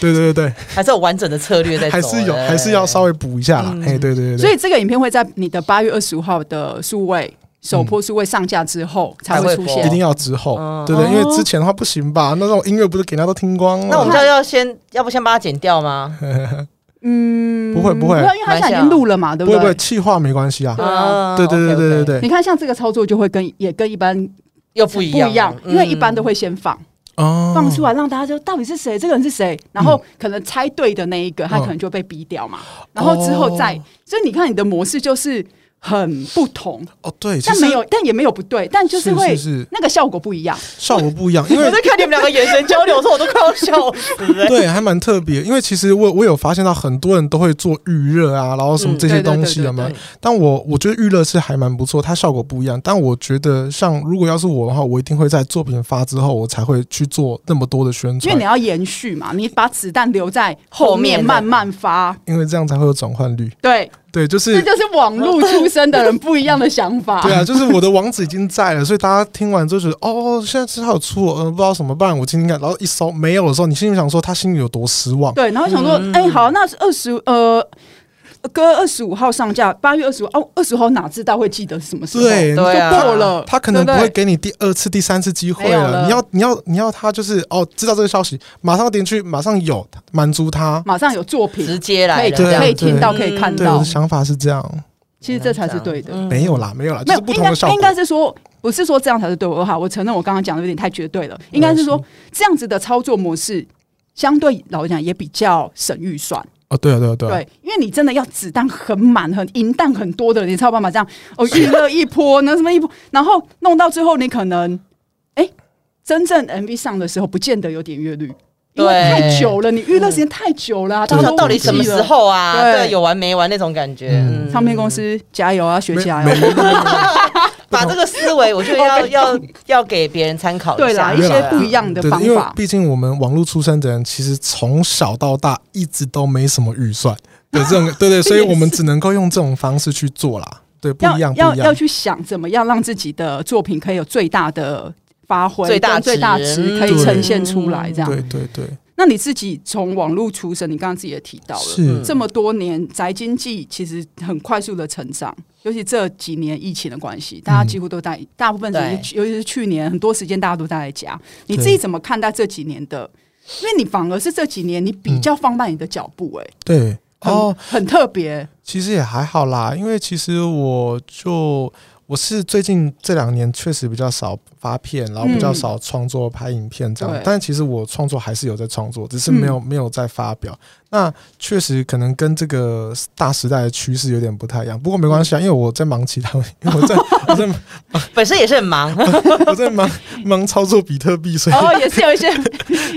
Speaker 3: 对对对
Speaker 1: 还是有完整的策略在
Speaker 3: 对，
Speaker 1: 走，
Speaker 3: 还是有
Speaker 1: 对
Speaker 3: 还是要稍微补一下啦。哎、
Speaker 1: 嗯
Speaker 3: 对对对对，
Speaker 2: 所以这个影片会在你的八月二十五号的数位首
Speaker 3: 嗯
Speaker 2: 播数位上架之后才会
Speaker 1: 才
Speaker 2: 出
Speaker 1: 会
Speaker 2: 现
Speaker 1: 播
Speaker 3: 一定要之后，
Speaker 1: 嗯
Speaker 3: 对对，
Speaker 2: 哦
Speaker 3: 因为之前的话不行吧？那种音乐不是给大家都听光了？
Speaker 1: 那我们就要先，要不先把它剪掉吗？
Speaker 2: 嗯
Speaker 3: 不会不会
Speaker 2: 因为他现在已经录了嘛，嗯对
Speaker 3: 不会不
Speaker 2: 对
Speaker 3: 会？气化没关系啊。
Speaker 2: 对啊
Speaker 1: 嗯
Speaker 3: 对对对
Speaker 1: OK，OK
Speaker 3: 对对对，
Speaker 2: 你看，像这个操作就会跟也跟一般
Speaker 1: 又不
Speaker 2: 不
Speaker 1: 一样，嗯
Speaker 2: 一样，因为一般都
Speaker 1: 会。
Speaker 2: 会先放
Speaker 3: 哦
Speaker 2: 放出来，让大家就到底是谁，这个人是谁，然后可能猜对的那一个，他
Speaker 3: 嗯哦
Speaker 2: 可能就被逼掉嘛，然后之后再，所以你看你的模式就是。很不同，
Speaker 3: 哦，对，其
Speaker 2: 但
Speaker 3: 实
Speaker 2: 没有，但也没有不对，但就是
Speaker 3: 是
Speaker 2: 会
Speaker 3: 是是
Speaker 2: 那个效果不一样。
Speaker 3: 效果不一样，因
Speaker 1: 我
Speaker 3: 为
Speaker 1: 在看你们两个眼神交流的时候，我都快要笑死 了。
Speaker 3: 对，还蛮特别。因为其实我我有发现到很多人都会做预热啊，然后什么
Speaker 1: 嗯
Speaker 3: 这些
Speaker 2: 对对
Speaker 3: 东
Speaker 2: 对
Speaker 3: 西
Speaker 2: 对
Speaker 3: 的嘛
Speaker 1: 对。
Speaker 3: 但我我觉得预热是还蛮不错，它效果不一样。但我觉得像如果要是我的话，我一定会在作品发之后，我才会去做那么多的宣
Speaker 2: 因为
Speaker 3: 传
Speaker 2: 你，要延续
Speaker 3: 嗯
Speaker 2: 嘛，你把子弹留在后
Speaker 1: 后面
Speaker 2: 面
Speaker 1: 的
Speaker 2: 慢慢发，
Speaker 3: 因为这样才会有转换率。
Speaker 2: 对，
Speaker 3: 对，就
Speaker 2: 这
Speaker 3: 是。
Speaker 2: 就是网络出身的人不一样的想法。
Speaker 3: 对啊，就是我的网址已经在了，所以大家听完之后觉得哦，现在至少有出我，嗯，不知道怎么办，我听听看。然后一搜没有的时候，你心里想说他心里有多失望。
Speaker 2: 对，然后想说，
Speaker 1: 嗯
Speaker 2: 哎、好，那是二十呃，歌二十五号上架，八月二十五，哦，二十号哪知道会记得是什么时候？
Speaker 3: 对，
Speaker 1: 对啊
Speaker 2: 就过了，
Speaker 3: 他可能不
Speaker 2: 对
Speaker 3: 会
Speaker 2: 呃对
Speaker 3: 给你第二次、第三次机会
Speaker 2: 没有
Speaker 3: 了。
Speaker 2: 了
Speaker 3: 你要你要你要他就是哦，知道这个消息，马上点去，马上有满足他。
Speaker 2: 马上有作品
Speaker 1: 直，接来
Speaker 2: 可以
Speaker 1: 了，
Speaker 3: 对
Speaker 1: 这样
Speaker 2: 可以
Speaker 1: 子
Speaker 2: 听到，
Speaker 1: 嗯
Speaker 2: 可以看
Speaker 3: 对，我
Speaker 2: 到
Speaker 3: 的，想法是这样，
Speaker 2: 其实这才是对的。
Speaker 1: 嗯
Speaker 3: 没有啦，没有啦，就
Speaker 2: 没
Speaker 3: 是
Speaker 2: 有，
Speaker 3: 不
Speaker 2: 应
Speaker 3: 同的效
Speaker 2: 该
Speaker 3: 果
Speaker 2: 应。该是说，不是说这样才是对我好。我承认我刚刚讲的有点太绝对了，应该是说这样子的操作模式，相对老实讲也比较省预算。
Speaker 3: 哦，对啊，对啊，对啊，
Speaker 2: 对，因为你真的要子弹很满、很银弹很多的，你才有办法这样哦，预热一波，那什么一波，然后弄到最后，你可能哎、真正 MV 上的时候，不见得有点阅率，因为
Speaker 1: 对
Speaker 2: 太久了，你预热时间太久了啊、
Speaker 1: 就
Speaker 2: 大家
Speaker 1: 是
Speaker 2: 都
Speaker 1: 到底什么时候啊？
Speaker 2: 对
Speaker 1: 对，有完没完那种感觉。
Speaker 3: 嗯
Speaker 1: 嗯，
Speaker 2: 唱片公司加油啊，学起来
Speaker 3: 没
Speaker 2: 哦。
Speaker 3: 没没没
Speaker 1: 把这个思维，我觉得 要要要给别人参考
Speaker 2: 对
Speaker 1: 下
Speaker 2: 啦，
Speaker 1: 啊。
Speaker 2: 一些
Speaker 3: 原来
Speaker 2: 不一样的
Speaker 3: 对
Speaker 2: 方
Speaker 3: 对，因为
Speaker 2: 法，
Speaker 3: 毕竟我们网络出身的人，其实从小到大一直都没什么预算的这 种，对对，所以我们只能够用这种方式去做啦。对，不
Speaker 2: 要
Speaker 3: 一样，不
Speaker 2: 要
Speaker 3: 一
Speaker 2: 要
Speaker 3: 样。
Speaker 2: 去想怎么样让自己的作品可以有最大的发挥，
Speaker 1: 最大
Speaker 2: 跟最大
Speaker 1: 值
Speaker 2: 值
Speaker 1: 嗯
Speaker 2: 可以
Speaker 3: 对
Speaker 2: 呈现出来。这样，
Speaker 3: 嗯对对对，
Speaker 2: 那你自己从网络出身，你刚刚自己也提到了，
Speaker 3: 是
Speaker 2: 这么多年宅经济其实很快速的成长，尤其这几年疫情的关系，大
Speaker 3: 嗯
Speaker 2: 家几乎都在，大部分人尤其是去年很多时间大家都待在家。你自己怎么看待这几年的？因为你反而是这几年你比较放慢你的脚步、哎、
Speaker 3: 对。嗯哦，
Speaker 2: 很很特别，
Speaker 3: 其实也还好啦，因为其实我就我是最近这两年确实比较少发片，然后比较
Speaker 2: 嗯
Speaker 3: 少创作拍影片这样，
Speaker 2: 对嗯
Speaker 3: 但其实我创作还是有在创作，只是没有、没有在发表。那确实可能跟这个大时代的趋势有点不太一样，不过没
Speaker 2: 嗯
Speaker 3: 关系啊，因为我在忙其他， 因为我在我在
Speaker 1: 本身也是很忙，
Speaker 3: 我在忙 忙操作比特币，所以
Speaker 2: 然后哦也是有一些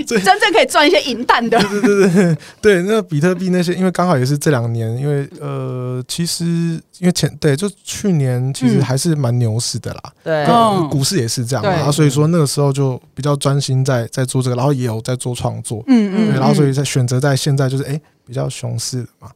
Speaker 3: 这
Speaker 2: 真正可以赚一些银蛋的。
Speaker 3: 对对对 对，那比特币那些，因为刚好也是这两年，因为呃，其实因为前对，就去年其实
Speaker 2: 嗯
Speaker 3: 还是蛮牛市的啦。
Speaker 1: 对
Speaker 3: 对，
Speaker 2: 嗯
Speaker 3: 股市也是这样嘛，
Speaker 2: 对
Speaker 3: 然后所以说那个时候就比较专心在在做这个，然后也有在做创作，
Speaker 2: 嗯
Speaker 3: 对，然 后所以在选择在现在就是哎、诶比较熊市了嘛，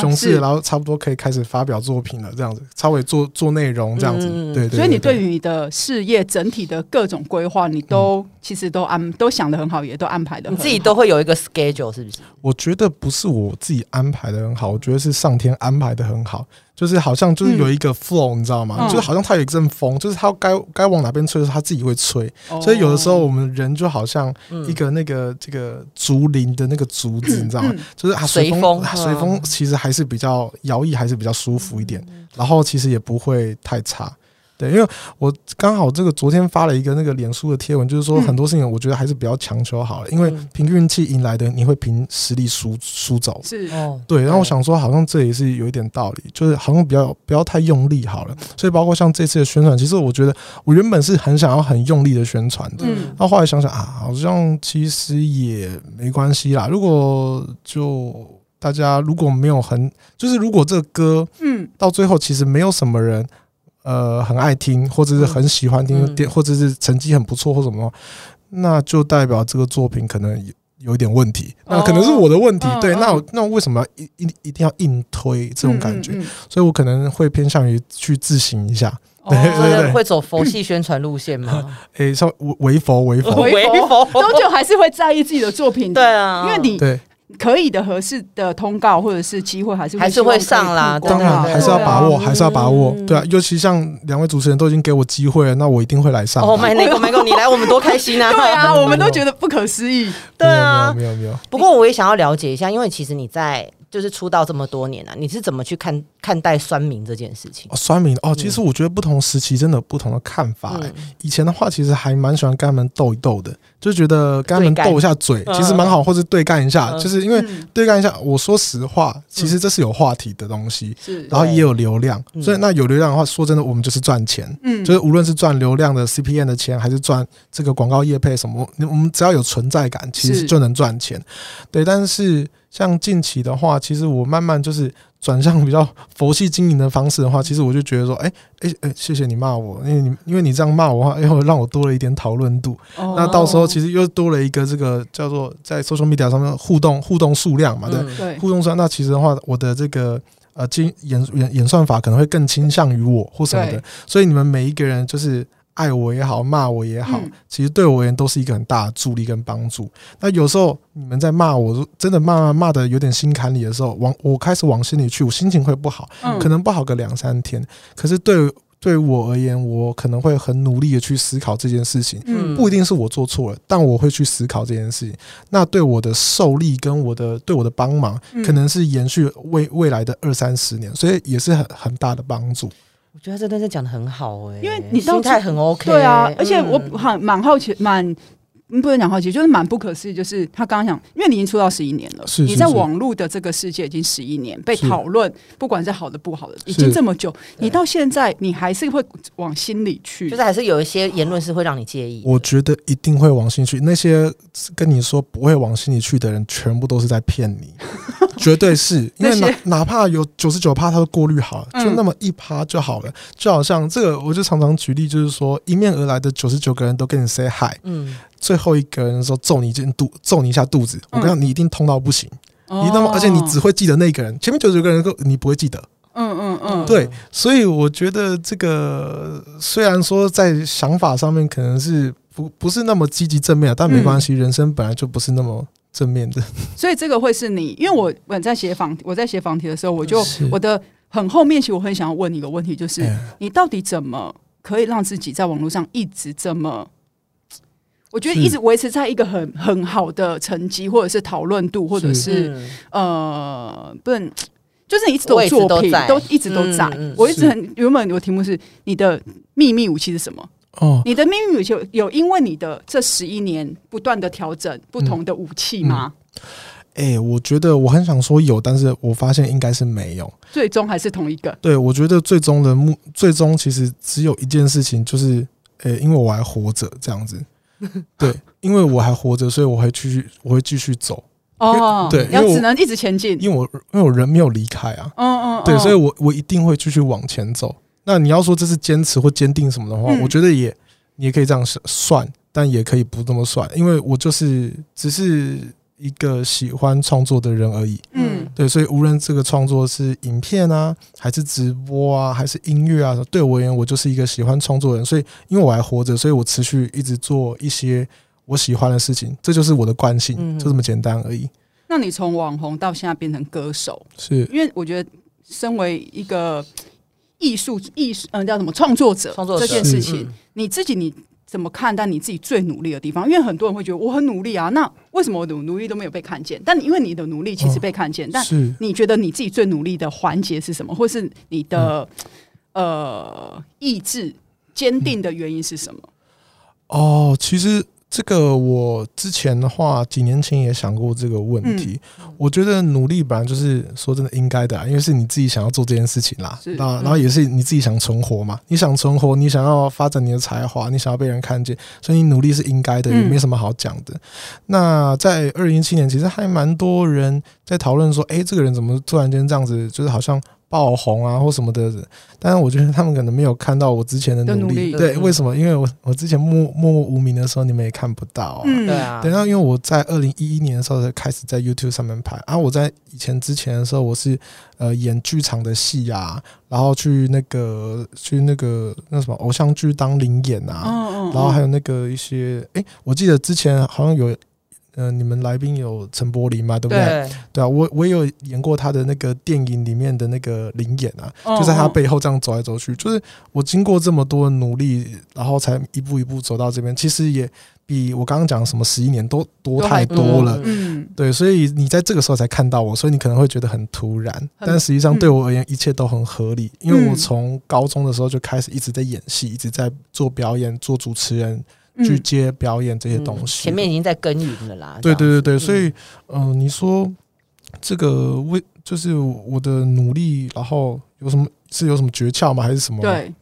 Speaker 3: 熊市，
Speaker 2: 啊是
Speaker 3: 然后差不多可以开始发表作品了，这样子稍微做做内容这样
Speaker 1: 嗯
Speaker 3: 子，
Speaker 1: 嗯嗯
Speaker 3: 对对对
Speaker 2: 所以你对
Speaker 3: 对
Speaker 2: 于你的事业整体的各种规划，你都、
Speaker 3: 嗯
Speaker 2: 其实都安都想的很好，也都安排的。
Speaker 1: 你自己都会有一个 schedule 是不是？
Speaker 3: 我觉得不是我自己安排的很好，我觉得是上天安排的很好，就是好像就是有一个 flow，、你知道吗？
Speaker 2: 嗯
Speaker 3: 就是好像它有一阵风，就是它该该往哪边吹，它自己会吹，
Speaker 2: 哦
Speaker 3: 所以有的时候我们人就好像
Speaker 1: 嗯
Speaker 3: 一个那个这个竹林的那个竹子，你知道吗？就是啊，
Speaker 1: 随
Speaker 3: 随
Speaker 1: 风
Speaker 3: 风啊随风
Speaker 1: 嗯
Speaker 3: 其实还是比较摇曳，还是比较舒服一点，然后其实也不会太差。对，因为我刚好这个昨天发了一个那个脸书的贴文，就是说
Speaker 2: 嗯
Speaker 3: 很多事情我觉得还是比较强求好了，因为
Speaker 1: 嗯
Speaker 3: 凭运气赢来的，你会凭实力输输走。
Speaker 2: 是
Speaker 1: 哦，
Speaker 3: 对，然后我想说，好像这也是有一点道理，就是好像不要不要太用力好了。所以包括像这次的宣传，其实我觉得我原本是很想要很用力的宣传的，
Speaker 2: 嗯
Speaker 3: 那后来想想啊，好像其实也没关系啦。如果就大家如果没有很，就是如果这个歌
Speaker 2: 嗯
Speaker 3: 到最后其实没有什么人呃很爱听，或者是很喜欢听，
Speaker 1: 嗯
Speaker 3: 或者是成绩很不错或什么，那就代表这个作品可能有有一点问题，那可能是我的问题。
Speaker 2: 哦
Speaker 3: 对，
Speaker 2: 嗯
Speaker 3: 那我那我为什么要一一一定要硬推这种感觉？
Speaker 2: 嗯嗯嗯
Speaker 3: 所以我可能会偏向于去自省一下。
Speaker 2: 哦
Speaker 3: 对对对
Speaker 1: 嗯会走佛系宣传路线 吗？
Speaker 3: 诶、稍微为佛为佛，
Speaker 2: 微
Speaker 1: 微
Speaker 2: 博
Speaker 1: 佛，
Speaker 2: 终究还是会在意自己的作品。
Speaker 1: 对，啊，
Speaker 2: 因为你
Speaker 3: 对。
Speaker 2: 可以的、合适的通告或者是机会，还是
Speaker 1: 还是会上啦
Speaker 2: 啦。
Speaker 1: 对
Speaker 3: 当然啊还是要把
Speaker 1: 嗯
Speaker 3: 握，还是要把握，对啊，尤其像两位主持人都已经给我机会了，那我一定会来上的。
Speaker 1: 哦，买那个买个，你来我们多开 心啊！
Speaker 2: 对 啊，我们都觉得不可思议。
Speaker 1: 对啊
Speaker 3: 没有没有没有，
Speaker 1: 啊不过我也想要了解一下，因为其实你在就是出道这么多年啊，你是怎么去看看待酸民这件事情？
Speaker 3: 哦酸民哦，
Speaker 1: 嗯
Speaker 3: 其实我觉得不同时期真的有不同的看法、欸。以前的话，其实还蛮喜欢跟他们斗一斗的，就觉得跟他们斗一下嘴，
Speaker 1: 干
Speaker 3: 其实蛮好，或是对干一下，
Speaker 1: 嗯
Speaker 3: 就是因为
Speaker 2: 嗯
Speaker 3: 对干一下，我说实话，其实这是有话题的东西，
Speaker 2: 是，
Speaker 3: 然后也有流量，
Speaker 1: 嗯
Speaker 3: 所以那有流量的话，说真的，我们就是赚钱。
Speaker 2: 嗯，
Speaker 3: 就是无论是赚流量的 CPN 的钱，还是赚这个广告业配什么，我们只要有存在感，其实
Speaker 2: 是
Speaker 3: 就能赚钱。对，但是像近期的话，其实我慢慢就是转向比较佛系经营的方式的
Speaker 2: 嗯
Speaker 3: 话，其实我就觉得说，哎哎哎，谢谢你骂我，因为你因为你这样骂我的话，哎，我让我多了一点讨论度。
Speaker 2: 哦
Speaker 3: 那到时候其实又多了一个这个叫做在 social media 上面互动互动数量嘛，对，
Speaker 1: 嗯
Speaker 2: 对
Speaker 3: 互动算，那其实的话，我的这个呃经演演演算法可能会更倾向于我或什么的
Speaker 2: 对，
Speaker 3: 所以你们每一个人就是爱我也好，骂我也好，
Speaker 2: 嗯
Speaker 3: 其实对我而言都是一个很大的助力跟帮助。那有时候你们在骂我，真的骂骂的有点心坎里的时候，往我开始往心里去，我心情会不好，
Speaker 2: 嗯
Speaker 3: 可能不好个两三天。可是对对我而言，我可能会很努力的去思考这件事情，
Speaker 1: 嗯
Speaker 3: 不一定是我做错了，但我会去思考这件事情。那对我的受力跟我的对我的帮忙，
Speaker 2: 嗯
Speaker 3: 可能是延续未未来的二三十年，所以也是很很大的帮助。
Speaker 1: 我觉得这段是讲的很好哎、
Speaker 2: 因为你到
Speaker 1: 心态很 OK，
Speaker 2: 对啊，而且我
Speaker 1: 嗯
Speaker 2: 很蛮好奇，蛮嗯不能讲好奇，就是蛮不可思议。就是他刚刚讲，因为你已经出道十一年了，
Speaker 3: 是
Speaker 2: 你
Speaker 3: 是
Speaker 2: 在
Speaker 3: 是
Speaker 2: 网络的这个世界已经十一年，被
Speaker 3: 是
Speaker 2: 讨论，不管是好的不好的，已
Speaker 3: 是
Speaker 2: 经这么久，你到现在你还是会往心里去
Speaker 1: 就。是还是有一些言论是会让你介意的。
Speaker 3: 我觉得一定会往心里去，那些跟你说不会往心里去的人，全部都是在骗你，绝对是因
Speaker 2: 那
Speaker 3: 为
Speaker 2: 些
Speaker 3: 哪哪怕有九十九趴，他都过滤好了，
Speaker 2: 嗯
Speaker 3: 就那么一趴就好了。就好像这个，我就常常举例，就是说迎面而来的九十九个人都跟你 say hi，
Speaker 1: 嗯，
Speaker 3: 最后一个人说揍你一件肚，揍你一下肚子，我跟你讲，你一定痛到不行。
Speaker 2: 你
Speaker 3: 你那么，而且你只会记得那个人，前面九十个人都你不会记得。
Speaker 2: 哦嗯嗯嗯，
Speaker 3: 对，所以我觉得这个虽然说在想法上面可能是不不是那么积极正面啊，但没关系，人生本来就不是那么正面的。
Speaker 2: 所以这个会是你，因为我我在写访我在写访题的时候，我就是我的很后面，其实我很想要问你一个问题，就是、
Speaker 3: 哎
Speaker 2: 你到底怎么可以让自己在网络上一直这么？我觉得
Speaker 3: 是
Speaker 2: 一直维持在一个很很好的成绩，或者是讨论度，或者
Speaker 3: 是
Speaker 2: 是
Speaker 1: 嗯
Speaker 2: 呃，不能，就是你一直都
Speaker 1: 我
Speaker 2: 有
Speaker 1: 一直都
Speaker 2: 作品
Speaker 1: 在，
Speaker 2: 都一直都在
Speaker 1: 嗯嗯。
Speaker 2: 我一直
Speaker 3: 是
Speaker 2: 很原本有题目是你的秘密武器是什么？
Speaker 3: 哦，
Speaker 2: 你的秘密武器有有因为你的这十一年不断的调整不同的武器吗？
Speaker 3: 哎、我觉得我很想说有，但是我发现应该是没有。
Speaker 2: 最终还是同一个？
Speaker 3: 对，我觉得最终的目，最终其实只有一件事情，就是，呃、因为我还活着这样子。对，因为我还活着，所以我会继续，我会继续走，
Speaker 2: 哦，
Speaker 3: 对因为
Speaker 2: 要
Speaker 3: 我
Speaker 2: 只能一直前进。
Speaker 3: 因为我因为我人没有离开啊。
Speaker 2: 嗯嗯，
Speaker 3: 对，
Speaker 2: 嗯
Speaker 3: 所以我我一定会继续往前走。那你要说这是坚持或坚定什么的话，
Speaker 2: 嗯
Speaker 3: 我觉得也你也可以这样算，但也可以不这么算，因为我就是只是一个喜欢创作的人而已。
Speaker 2: 嗯
Speaker 3: 对，所以无论这个创作是影片啊，还是直播啊，还是音乐啊，对我而言，我就是一个喜欢创作的人。所以，因为我还活着，所以我持续一直做一些我喜欢的事情，这就是我的惯性，
Speaker 1: 嗯
Speaker 3: 就这么简单而已。
Speaker 2: 那你从网红到现在变成歌手，
Speaker 3: 是，
Speaker 2: 因为我觉得身为一个艺术艺术嗯叫什么创作者
Speaker 1: 创作者
Speaker 2: 这件事情，
Speaker 1: 嗯
Speaker 2: 你自己你怎么看待你自己最努力的地方？因为很多人会觉得我很努力啊，那为什么我的努力都没有被看见？但因为你的努力其实被看见，但
Speaker 3: 是。
Speaker 2: 你觉得你自己最努力的环节是什么，或是你的、呃意志坚定的原因是什么？
Speaker 3: 哦，其实这个我之前的话，几年前也想过这个问题。
Speaker 2: 嗯
Speaker 3: 我觉得努力本来就是说真的应该的啊、因为是你自己想要做这件事情啦
Speaker 2: 是。
Speaker 3: 那
Speaker 2: 嗯
Speaker 3: 然后也是你自己想存活嘛，你想存活，你想要发展你的才华，你想要被人看见，所以你努力是应该的，也
Speaker 2: 嗯
Speaker 3: 没什么好讲的。那在二零一七年，其实还蛮多人在讨论说，诶，这个人怎么突然间这样子，就是好像爆红啊或什么的。但是我觉得他们可能没有看到我之前的
Speaker 2: 的
Speaker 3: 努
Speaker 2: 努
Speaker 3: 力。
Speaker 2: 力
Speaker 3: 对，
Speaker 1: 嗯
Speaker 3: 为什么？因为我我之前默默默无名的时候，你们也看不到啊。
Speaker 2: 嗯，
Speaker 1: 对啊，
Speaker 3: 等到因为我在二零一一年的时候才开始在 YouTube 上面拍啊，我在以前之前的时候，我是呃演剧场的戏啊，然后去那个去那个那什么偶像剧当零演啊，
Speaker 2: 嗯嗯，
Speaker 3: 然后还
Speaker 2: 有
Speaker 3: 有那个一些，诶，我记得之前好像有呃，你们来宾有陈柏霖嘛，对不对？
Speaker 1: 对，
Speaker 3: 对啊，我我也有演过他的那个电影里面的那个灵眼啊，
Speaker 2: 嗯
Speaker 3: 就在他背后这样走来走去。就是我经过这么多的努力，然后才一步一步走到这边，其实也比我刚刚讲什么十一年都多
Speaker 1: 都
Speaker 3: 太
Speaker 1: 还
Speaker 3: 多了。
Speaker 2: 嗯，
Speaker 3: 对，所以你在这个时候才看到我，所以你可能会觉得很突然，
Speaker 2: 很
Speaker 3: 但实际上
Speaker 2: 嗯
Speaker 3: 对我而言，一切都很合理，因为我
Speaker 2: 嗯
Speaker 3: 从高中的时候就开始一直在演戏，一直在做表演、做主持人、
Speaker 2: 嗯
Speaker 3: 去接表演这些
Speaker 1: 嗯
Speaker 3: 东西。
Speaker 1: 前面已经在耕耘了啦。
Speaker 3: 对
Speaker 1: 这样
Speaker 3: 对对
Speaker 1: 子
Speaker 3: 对，所以嗯、呃你说这个为就是我的努力，然后有什么是有什么诀窍吗？还是什么？，
Speaker 2: 对，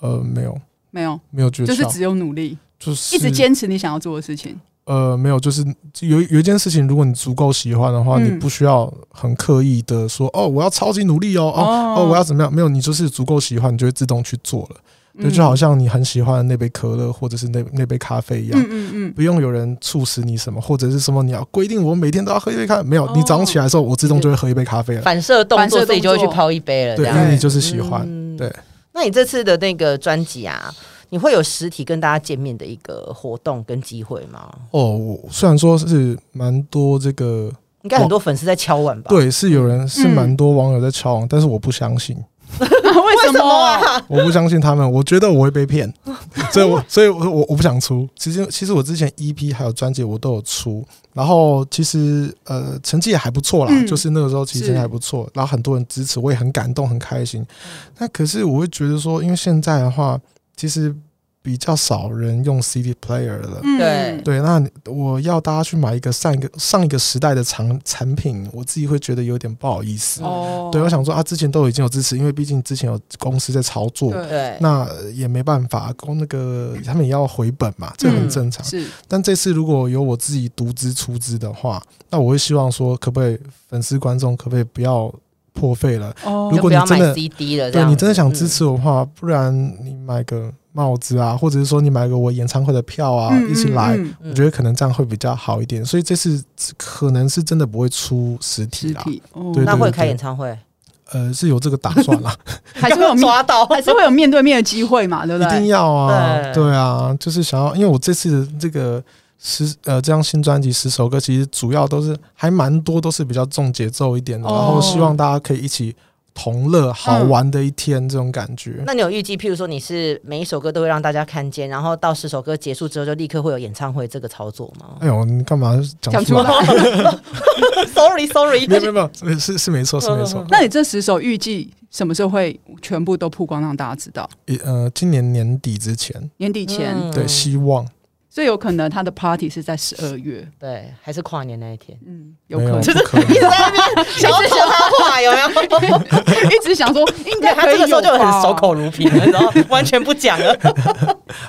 Speaker 3: 呃，没有，
Speaker 2: 没有，
Speaker 3: 没有诀
Speaker 2: 就是
Speaker 3: 窍，
Speaker 2: 只有努力，
Speaker 3: 就是
Speaker 2: 一直坚持你想要做的事情。
Speaker 3: 呃，没有，就是有有一件事情，如果你足够喜欢的话，
Speaker 2: 嗯
Speaker 3: 你不需要很刻意的说哦，我要超级努力哦，哦
Speaker 2: 哦
Speaker 3: 哦，我要怎么样？没有，你就是足够喜欢，你就会自动去做了。对，
Speaker 2: 嗯
Speaker 3: 就好像你很喜欢的那杯可乐或者是那那杯咖啡一样
Speaker 2: 嗯。嗯 嗯，
Speaker 3: 不用有人促使你什么，或者是什么你要规定我每天都要喝一杯咖啡，没有，
Speaker 2: 哦
Speaker 3: 你早上起来的时候，我自动就会喝一杯咖啡
Speaker 1: 嗯
Speaker 3: 了。
Speaker 1: 反射动
Speaker 2: 反射
Speaker 1: 作
Speaker 2: 动作
Speaker 1: 自己就会去泡一杯了，这
Speaker 3: 对，
Speaker 1: 样
Speaker 3: 因
Speaker 1: 子
Speaker 3: 为你就是喜欢。
Speaker 1: 嗯
Speaker 3: 对。
Speaker 1: 那你这次的那个专辑啊，你会有实体跟大家见面的一个活动跟机会吗？
Speaker 3: 哦，我虽然说是蛮多这个，
Speaker 1: 应该很多粉丝在敲碗吧？，
Speaker 3: 对，是有人是
Speaker 2: 嗯
Speaker 3: 蛮多网友在敲网，但是我不相信，
Speaker 2: 为什么啊？
Speaker 3: 我不相信他们，我觉得我会被骗， 所以我所以我我我不想出。其实其实我之前 EP 还有专辑我都有出，然后其实呃成绩也还不错啦，
Speaker 2: 嗯
Speaker 3: 就是那个时候其实
Speaker 2: 是
Speaker 3: 还不错，然后很多人支持，我也很感动很开心。那可是我会觉得说，因为现在的话，其实比较少人用 CD player 了。
Speaker 2: 嗯
Speaker 1: 对
Speaker 3: 对，那你我要大家去买一个上一个上一个时代的产产品，我自己会觉得有点不好意思。
Speaker 2: 哦，
Speaker 3: 对，我想说啊，之前都已经有支持，因为毕竟之前有公司在操作，
Speaker 2: 对
Speaker 1: 对，
Speaker 3: 那呃也没办法，公那个他们也要回本嘛，这很正常。
Speaker 2: 是
Speaker 3: 但这次如果有我自己独资出资的话，那我会希望说，可不可以粉丝观众可不可以不要破费了？
Speaker 2: 哦
Speaker 3: 如
Speaker 1: 就
Speaker 3: 果
Speaker 1: 不
Speaker 3: 你
Speaker 1: 要
Speaker 3: 真的
Speaker 1: 买 CD 了，这
Speaker 3: 对
Speaker 1: 样
Speaker 3: 你
Speaker 1: 子嗯
Speaker 3: 真的想支持我的话，不然你买个帽子啊，或者是说你买个我演唱会的票啊，一起来。
Speaker 2: 嗯嗯
Speaker 1: 嗯
Speaker 3: 我觉得可能这样会比较好一点，所以这次可能是真的不会出实体
Speaker 2: 实
Speaker 3: 啦，
Speaker 2: 体，哦
Speaker 3: 对
Speaker 1: 那
Speaker 3: 对
Speaker 1: 会开演唱会，
Speaker 3: 呃，是有这个打算啦，
Speaker 2: 还是会有面
Speaker 1: 抓到，
Speaker 2: 还是会有面对面的机会嘛，对不
Speaker 3: 一定
Speaker 2: 对？
Speaker 3: 要啊，
Speaker 1: 对
Speaker 3: 对啊，就是想要，因为我这次的这个十呃这张新专辑十首歌，其实主要都是还蛮多都是比较重节奏一点的，
Speaker 2: 哦
Speaker 3: 然后希望大家可以一起同乐好玩的一天这种感 觉。
Speaker 1: 那你有预计，譬如说你是每一首歌都会让大家看见，然后到十首歌结束之后就立刻会有演唱会这个操作吗
Speaker 3: 哎呦，你干嘛讲
Speaker 2: 讲
Speaker 3: 出
Speaker 2: 出
Speaker 3: 来？
Speaker 2: 来。
Speaker 1: ？Sorry Sorry，
Speaker 3: 没有没有没有，是是没错是没错。
Speaker 2: 那你这十首预计什么时候会全部都曝光，让大家知道？
Speaker 3: 也呃，今年年底之前，
Speaker 2: 年底前，
Speaker 1: 嗯
Speaker 3: 对，希望
Speaker 2: 所以有可能他的 party 是在十二月，。
Speaker 1: 对，还是跨年那一天
Speaker 2: 嗯，有
Speaker 3: 没
Speaker 2: 可
Speaker 3: 有
Speaker 2: 能。
Speaker 3: 不可能。
Speaker 1: 想要说他话有没 有？
Speaker 2: 一直想说应该
Speaker 1: 对他
Speaker 2: 可以
Speaker 1: 这个时候就
Speaker 2: 有吧
Speaker 1: 很守口如瓶了，然后 完全不讲 了。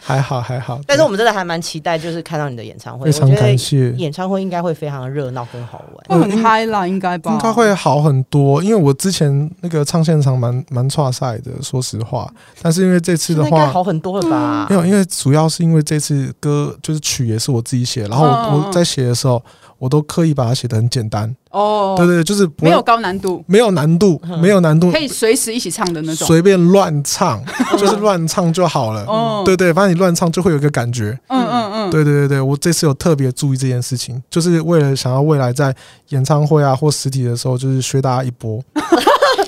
Speaker 3: 还好还好，
Speaker 1: 但是我们真的还蛮期待，就是看到你的演唱会。
Speaker 3: 非
Speaker 1: 我
Speaker 3: 常
Speaker 1: 觉
Speaker 3: 感
Speaker 1: 得
Speaker 3: 谢。
Speaker 1: 演唱会应该会非常热闹跟好玩。
Speaker 2: 会很嗨啦，应该吧？
Speaker 3: 嗯应该会好很多，因为我之前那个唱现场蛮蛮差赛的，说实话。但是因为这次的
Speaker 1: 现在应该
Speaker 3: 话，嗯
Speaker 1: 好很多了吧
Speaker 3: 没？有，因为主要是因为这次歌就是曲也是我自己写，然后
Speaker 2: 嗯
Speaker 3: 我、
Speaker 2: 嗯嗯
Speaker 3: 我在写的时候，我都刻意把它写的很简单。
Speaker 2: 哦，
Speaker 3: 对对对，就是不
Speaker 2: 没
Speaker 3: 会
Speaker 2: 有高难度，
Speaker 3: 没有难度，没有难度
Speaker 2: 可，以随时一起唱的那种。
Speaker 3: 随便乱唱， 就是乱唱就好了。
Speaker 2: 哦，
Speaker 3: 嗯对对，反正你乱唱就会有一个感觉。
Speaker 2: 嗯嗯嗯，
Speaker 3: 对对对对，我这次有特别注意这件事情，就是为了想要未来在演唱会啊或实体的时候，就是削大家一波。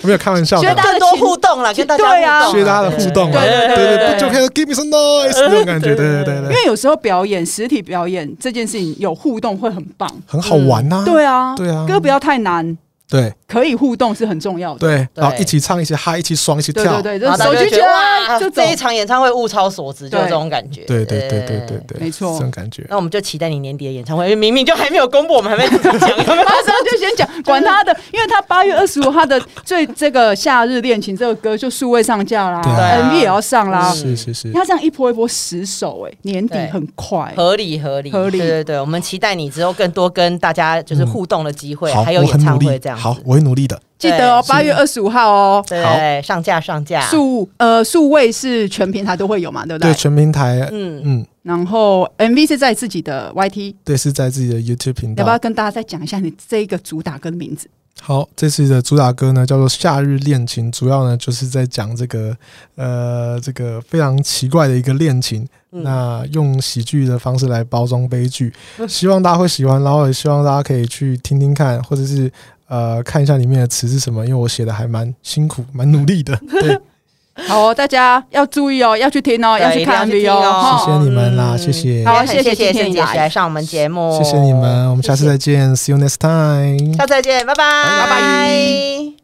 Speaker 3: 没有开玩笑的
Speaker 2: 削
Speaker 3: 啦，
Speaker 2: 大
Speaker 1: 更多互动了，
Speaker 2: 其
Speaker 1: 跟大家互
Speaker 2: 对啊
Speaker 1: 动，
Speaker 3: 削大家的互动啊，
Speaker 2: 对对
Speaker 3: 对
Speaker 2: 对
Speaker 3: 对
Speaker 2: 对
Speaker 3: 对，就可以 give me some noise 那种感觉，对对对
Speaker 2: 因
Speaker 3: 对，
Speaker 2: 为有时候表演实体表演这件事情有互动会很棒。
Speaker 3: 很好玩呐，
Speaker 2: 对啊，
Speaker 3: 对啊，
Speaker 2: 歌不要太难，
Speaker 3: 对
Speaker 2: 可以互动是很重要的。
Speaker 3: 对，然后
Speaker 1: 对
Speaker 3: 一起唱，一起嗨，一起爽，一起
Speaker 2: 对
Speaker 3: 跳，
Speaker 2: 对对，
Speaker 1: 然
Speaker 2: 就
Speaker 1: 啊后大
Speaker 2: 手
Speaker 1: 家就
Speaker 2: 举
Speaker 1: 觉
Speaker 2: 起
Speaker 1: 得
Speaker 2: 来
Speaker 1: 哇，
Speaker 2: 就走
Speaker 1: 这，一场演唱会物超所值，就
Speaker 2: 对
Speaker 1: 这种感觉。
Speaker 3: 对对对对对。对，
Speaker 2: 没错
Speaker 3: 这种感觉。
Speaker 1: 那我们就期待你年底的演唱会，因为明明就还没有公布，我们还没讲，有没有？
Speaker 2: 马上 就先讲，管 他的，因为他八月二十五他的最这个夏日恋情这个歌就数位上架啦
Speaker 3: 对啊
Speaker 2: ，MV 也要上啦
Speaker 1: 嗯。
Speaker 3: 是是是，
Speaker 2: 他这样一波一波十首，哎，年底
Speaker 1: 对
Speaker 2: 很
Speaker 3: 哎
Speaker 2: 快。
Speaker 1: 合理合理
Speaker 2: 合理
Speaker 1: 对对对，我们期待你之后更多跟大家就是互动的机会，
Speaker 3: 好，
Speaker 1: 还有
Speaker 3: 我
Speaker 1: 演
Speaker 3: 很努
Speaker 1: 唱会
Speaker 3: 力
Speaker 1: 这，样子。
Speaker 3: 好，我会努力的。
Speaker 2: 记得哦，八月二十五号哦，
Speaker 1: 对，啊上架上架，
Speaker 2: 数呃数位是全平台都会有嘛，对不
Speaker 3: 对，
Speaker 2: 对？
Speaker 3: 全平台，
Speaker 1: 嗯，
Speaker 3: 嗯，
Speaker 2: 然后 MV 是在自己的 YT，
Speaker 3: 对，是在自己的 YouTube 频
Speaker 2: 要不
Speaker 3: 道
Speaker 2: 要。跟大家再讲一下你这一个主打歌的名字？
Speaker 3: 好，这次的主打歌呢叫做《夏日恋情》，主要呢就是在讲这个呃这个非常奇怪的一个恋情，
Speaker 1: 嗯
Speaker 3: 那用喜剧的方式来包装悲剧，希望大家会喜欢，然后也希望大家可以去听听看，或者是呃看一下里面的词是什么，因为我写的还蛮辛苦、蛮努力的。对，
Speaker 2: 好哦，大家要注意哦，要去听哦，
Speaker 1: 对
Speaker 2: 要去看
Speaker 1: 一定
Speaker 2: MV
Speaker 1: 要去听
Speaker 2: 哦。
Speaker 3: 谢谢你们啦
Speaker 1: 嗯
Speaker 3: 谢谢
Speaker 2: 好
Speaker 1: 也很
Speaker 2: 谢
Speaker 1: 谢
Speaker 2: 谢今
Speaker 1: 圣
Speaker 2: 天
Speaker 1: 姐
Speaker 2: 来
Speaker 1: 来上我们节目，
Speaker 3: 谢谢你们，我们下次再见，See you next time
Speaker 1: 谢谢，。下次再见，拜拜，
Speaker 2: 拜拜
Speaker 1: 拜